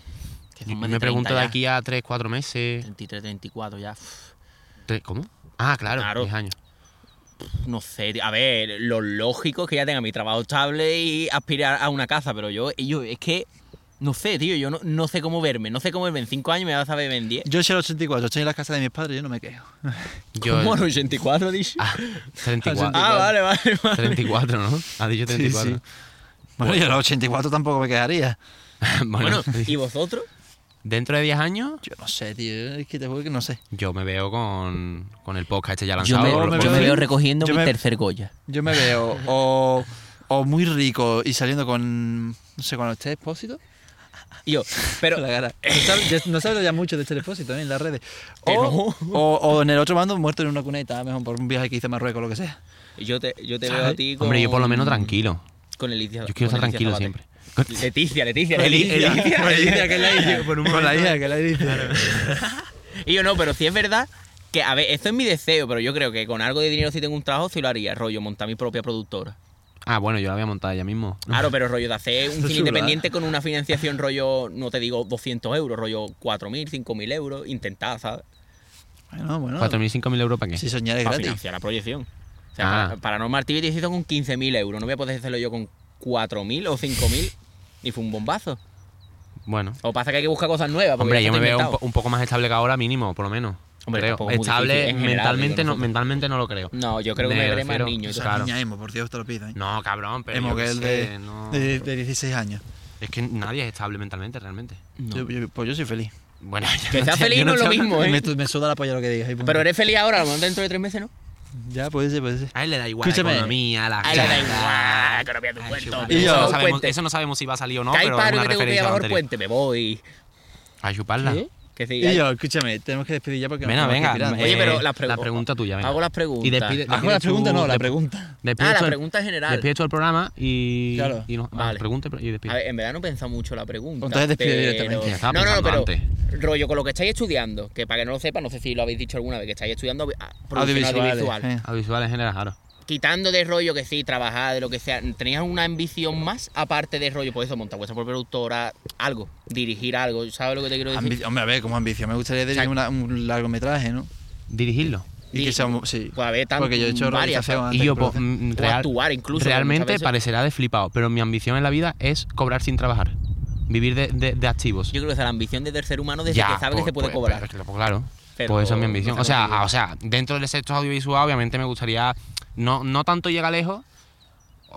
Que Yo son más 30 me pregunto de ya. aquí a 3, 4 meses. 33, 34, ya. Uf, Tres- ¿Cómo? Ah, claro, Claro. 10 años. No sé, tío. a ver, lo lógico es que ya tenga mi trabajo estable y aspirar a una casa, pero yo, y yo es que. No sé, tío, yo no, no sé cómo verme. No sé cómo verme en 5 años, me vas a ver en 10. Yo soy el 84, estoy en la casa de mis padres, yo no me quejo. Yo, ¿Cómo? ¿En 84, dicho? Ah, 34. Ah, vale, vale, vale. 34, ¿no? Ha dicho 34. sí. Bueno, yo a los 84 tampoco me quejaría. bueno, Bueno, ¿y vosotros? dentro de 10 años Yo no sé, tío, es que te juro que no sé. yo me veo con, con el podcast este ya Yo lanzado. me, lo- me yo me veo- veo recogiendo yo mi me- tercer Goya. Yo me veo o, o muy rico y saliendo con, no sé, con este expósito. Y yo, pero La cara. No sabes ya- no se habla ya mucho de este expósito ¿eh? en las redes. Que O, o- o en el otro mando muerto en una cuneta, a lo mejor por un viaje que hice a Marruecos o lo que sea. yo te, yo te veo a ti con... Hombre, yo por lo menos tranquilo. Con Elicia. Yo quiero con estar Elicia tranquilo Zapate. siempre. Leticia, Leticia, Eli- Leticia. Eli- que la hija, con la hija, que la hija. Y yo no, pero sí es verdad que, a ver, esto es mi deseo, pero yo creo que con algo de dinero si tengo un trabajo sí lo haría, rollo, montar mi propia productora. Ah, bueno, yo la voy a montar ella mismo. Claro, pero rollo de hacer un cine chulada. independiente con una financiación rollo, no te digo 200 euros, rollo 4.000, 5.000 euros, intentar, ¿sabes? Bueno, bueno. 4.000, 5.000 euros para qué. Si soñar es Para gratis. financiar la proyección. O sea, Ah. para- Paranormal Activity se hizo con 15.000 euros. No voy a poder hacerlo yo con 4.000 o 5.000. Y fue un bombazo. Bueno. O pasa que hay que buscar cosas nuevas. porque Hombre, ya yo está me veo un, inventado. po- un poco más estable que ahora, mínimo, por lo menos. Hombre, creo. tampoco es muy Estable difícil, en general, digo mentalmente, no, nosotros. mentalmente no lo creo. No, yo creo que me veré más refiero- niño. yo o sea, Esa claro. niña emo, por Dios te lo pido. ¿eh? No, cabrón, pero. emo yo que qué es sé, de, no. de, de 16 años. Es que nadie es estable mentalmente, realmente. No. Yo- yo- pues yo soy feliz. Bueno, yo Que no sea te- yo feliz no es lo te- mismo, me, ¿eh? me suda la polla lo que digas. ahí, punto. Pero eres feliz ahora, a lo mejor dentro de tres meses, ¿no? Ya, puede ser, puede ser. A él le da igual Escúchame. la economía, la Ay, le da casa. igual, economía de tu Ay, cuento. chupa. Y eso, yo- no sabemos, Puente. eso no sabemos si va a salir o no, Que hay pero es paro y una me tengo que ir referencia a lo abajo el anterior. puente, me voy. A chuparla. ¿Sí? Que sí, Y hay- yo, escúchame, tenemos que despedir ya porque Venga, nos venga. estamos expirando. Oye, eh, pero las pregu- la pregunta tuya, venga. Hago las preguntas. Y despide, Hago la despide pregunta, tú- no, la despide- pregunta. despide Ah, la tú el- pregunta en general. Despide tú el programa y. Claro. Y no, Vale. pregunta y despide. A ver, en verdad no he pensado mucho la pregunta. Entonces despide pero- directamente. Ya estaba No, no, no, pero pensando rollo con lo que estáis estudiando, que para que no lo sepa, no sé si lo habéis dicho alguna vez, que estáis estudiando ah, producción Audiovisuales, audiovisual. eh. Audiovisual en general, claro. Quitando de rollo que sí, trabajar, de lo que sea, ¿tenías una ambición más aparte de rollo? Pues eso, montar vuestra propia productora, algo, dirigir algo, ¿sabes lo que te quiero decir? Ambici- Hombre, a ver, como ambición. Me gustaría tener Exacto. una- un largometraje, ¿no? Dirigirlo. Y que sea un- Sí. Puede haber tan- Porque yo he hecho varias, realización ¿sabes? antes. Y yo, pero- pues, mm, Ah, O actuar incluso, muchas Realmente veces. parecerá de flipado, pero mi ambición en la vida es cobrar sin trabajar. Vivir de, de- de activos. Yo creo que esa es la ambición del tercer humano desde que sabe que pues- se puede pues, cobrar. pero- pues, claro. Pero pues esa es mi no ambición. se o, sea, consigue. ah, o sea, dentro del sector audiovisual, obviamente me gustaría. No, no tanto llegar lejos.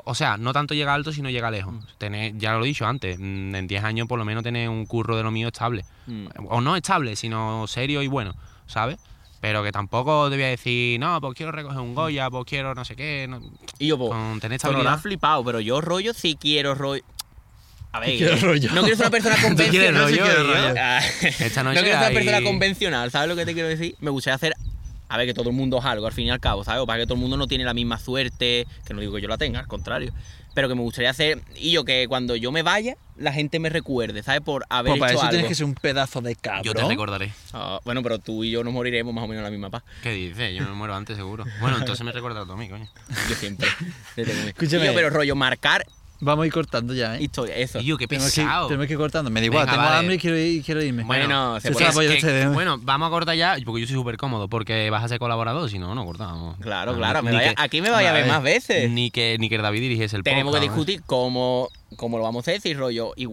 O sea, no tanto llegar alto, sino llegar Mm. lejos. Tener, ya lo he dicho antes, mm, en 10 años por lo menos tener un curro de lo mío estable. Mm. O no estable, sino serio y bueno, ¿sabes? Pero que tampoco te voy a decir, no, pues quiero recoger un Goya, pues quiero no sé qué. no- Y yo, pues, Con tener Pero no estabilidad. has flipado, pero yo rollo sí quiero rollo. A ver, Quiero rollo. no quiero ser una persona convencional. quieres no rollo, quiero yo. Ah, Esta no noche quiero ser una hay- persona convencional, ¿sabes lo que te quiero decir? Me gustaría hacer. A ver, que todo el mundo es algo, al fin y al cabo, ¿sabes? O para que todo el mundo no tiene la misma suerte, que no digo que yo la tenga, al contrario. Pero que me gustaría hacer. Y yo, que cuando yo me vaya, la gente me recuerde, ¿sabes? Por haber Pues para hecho eso algo. tienes que ser un pedazo de cabrón. Yo te recordaré. Ah, bueno, pero tú y yo nos moriremos más o menos en la misma paz. ¿Qué dices? Yo me muero antes, seguro. Bueno, entonces me recordarás tú a mí, coño. Yo siempre. le tengo miedo. Escúchame. Y yo, pero rollo, marcar Vamos a ir cortando ya, ¿eh? historia, eso. Y yo, qué Tenemos que, ir- pesado. tenemos que ir cortando. Me da igual, Venga, tengo vale. hambre y quiero, ir- quiero irme. Bueno, se se puede- está es apoyando que- este dedo. bueno, vamos a cortar ya, porque yo soy súper cómodo, porque vas a ser colaborador, si no, no cortamos. Claro, Ah, claro. ni- me ni vaya- que- aquí me vaya a ver Vale. más veces. Ni que, ni que el David dirigiese el Tenemos que podcast, ¿eh? ¿no? discutir cómo, cómo lo vamos a hacer, si rollo y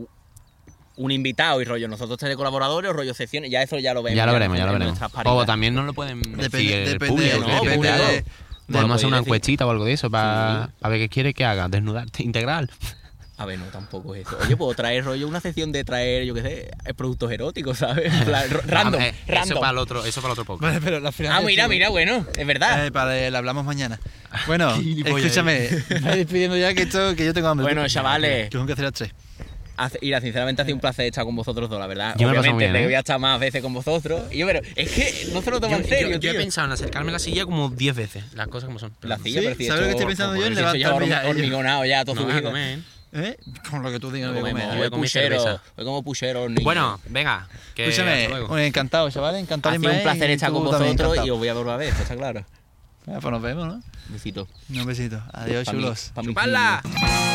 un invitado y rollo nosotros tres de colaboradores o rollo secciones. Ya eso ya lo veremos. Ya lo veremos, ya pues, en lo veremos. nuestras O paridades. también no lo pueden decir Depende, el depende, público. ¿no? ¿no? depende Público. Publicado. de- Podemos hacer una decir. encuestita o algo de eso para Sí. a ver qué quieres que haga, desnudarte integral. A ver, no, tampoco es eso. Oye, puedo traer rollo una sección de traer, yo qué sé, eh, productos eróticos, ¿sabes? En plan, ro- random, Ah, eh, Eso random. para el otro, eso para el otro podcast. Vale, pero la final. Ah, es mira, chula. mira, bueno, es verdad. Eh, para el hablamos mañana. Bueno, gilipollas escúchame. Voy despidiendo ya que, esto, que yo tengo hambre. Bueno, chavales. Que tengo que hacer las tres. Hace- Mira, sinceramente ha sido un placer estar con vosotros dos, la verdad. Yo me lo he pasado Obviamente, muy bien, te ¿eh? voy a estar más veces con vosotros. Y yo, pero es que no se lo toma en serio, yo, he tío. pensado en acercarme a la silla como 10 veces, las cosas como son. La silla, Sí, pero si he ¿sabes lo que estoy hecho- pensando yo? En si he hecho ya levantarme ya, horm- hormigonado ya, todo No vas a subido. comer, ¿eh? ¿Eh? Con lo que tú digas, No voy a comemos, comer. voy a hoy comer puchero, cerveza. hoy como puchero, niño. Bueno, venga. Que Escúchame, hasta luego. eh, encantado, chavales. Encantado. ha sido un Ismael, placer y estar tú con también vosotros y encantado. os voy a ver otra vez, está claro. Ah, Pues nos vemos, ¿no? Besito. Un besito. Adiós, Pa' Pues mí- chulos. pa' mí. ¡Chupadla!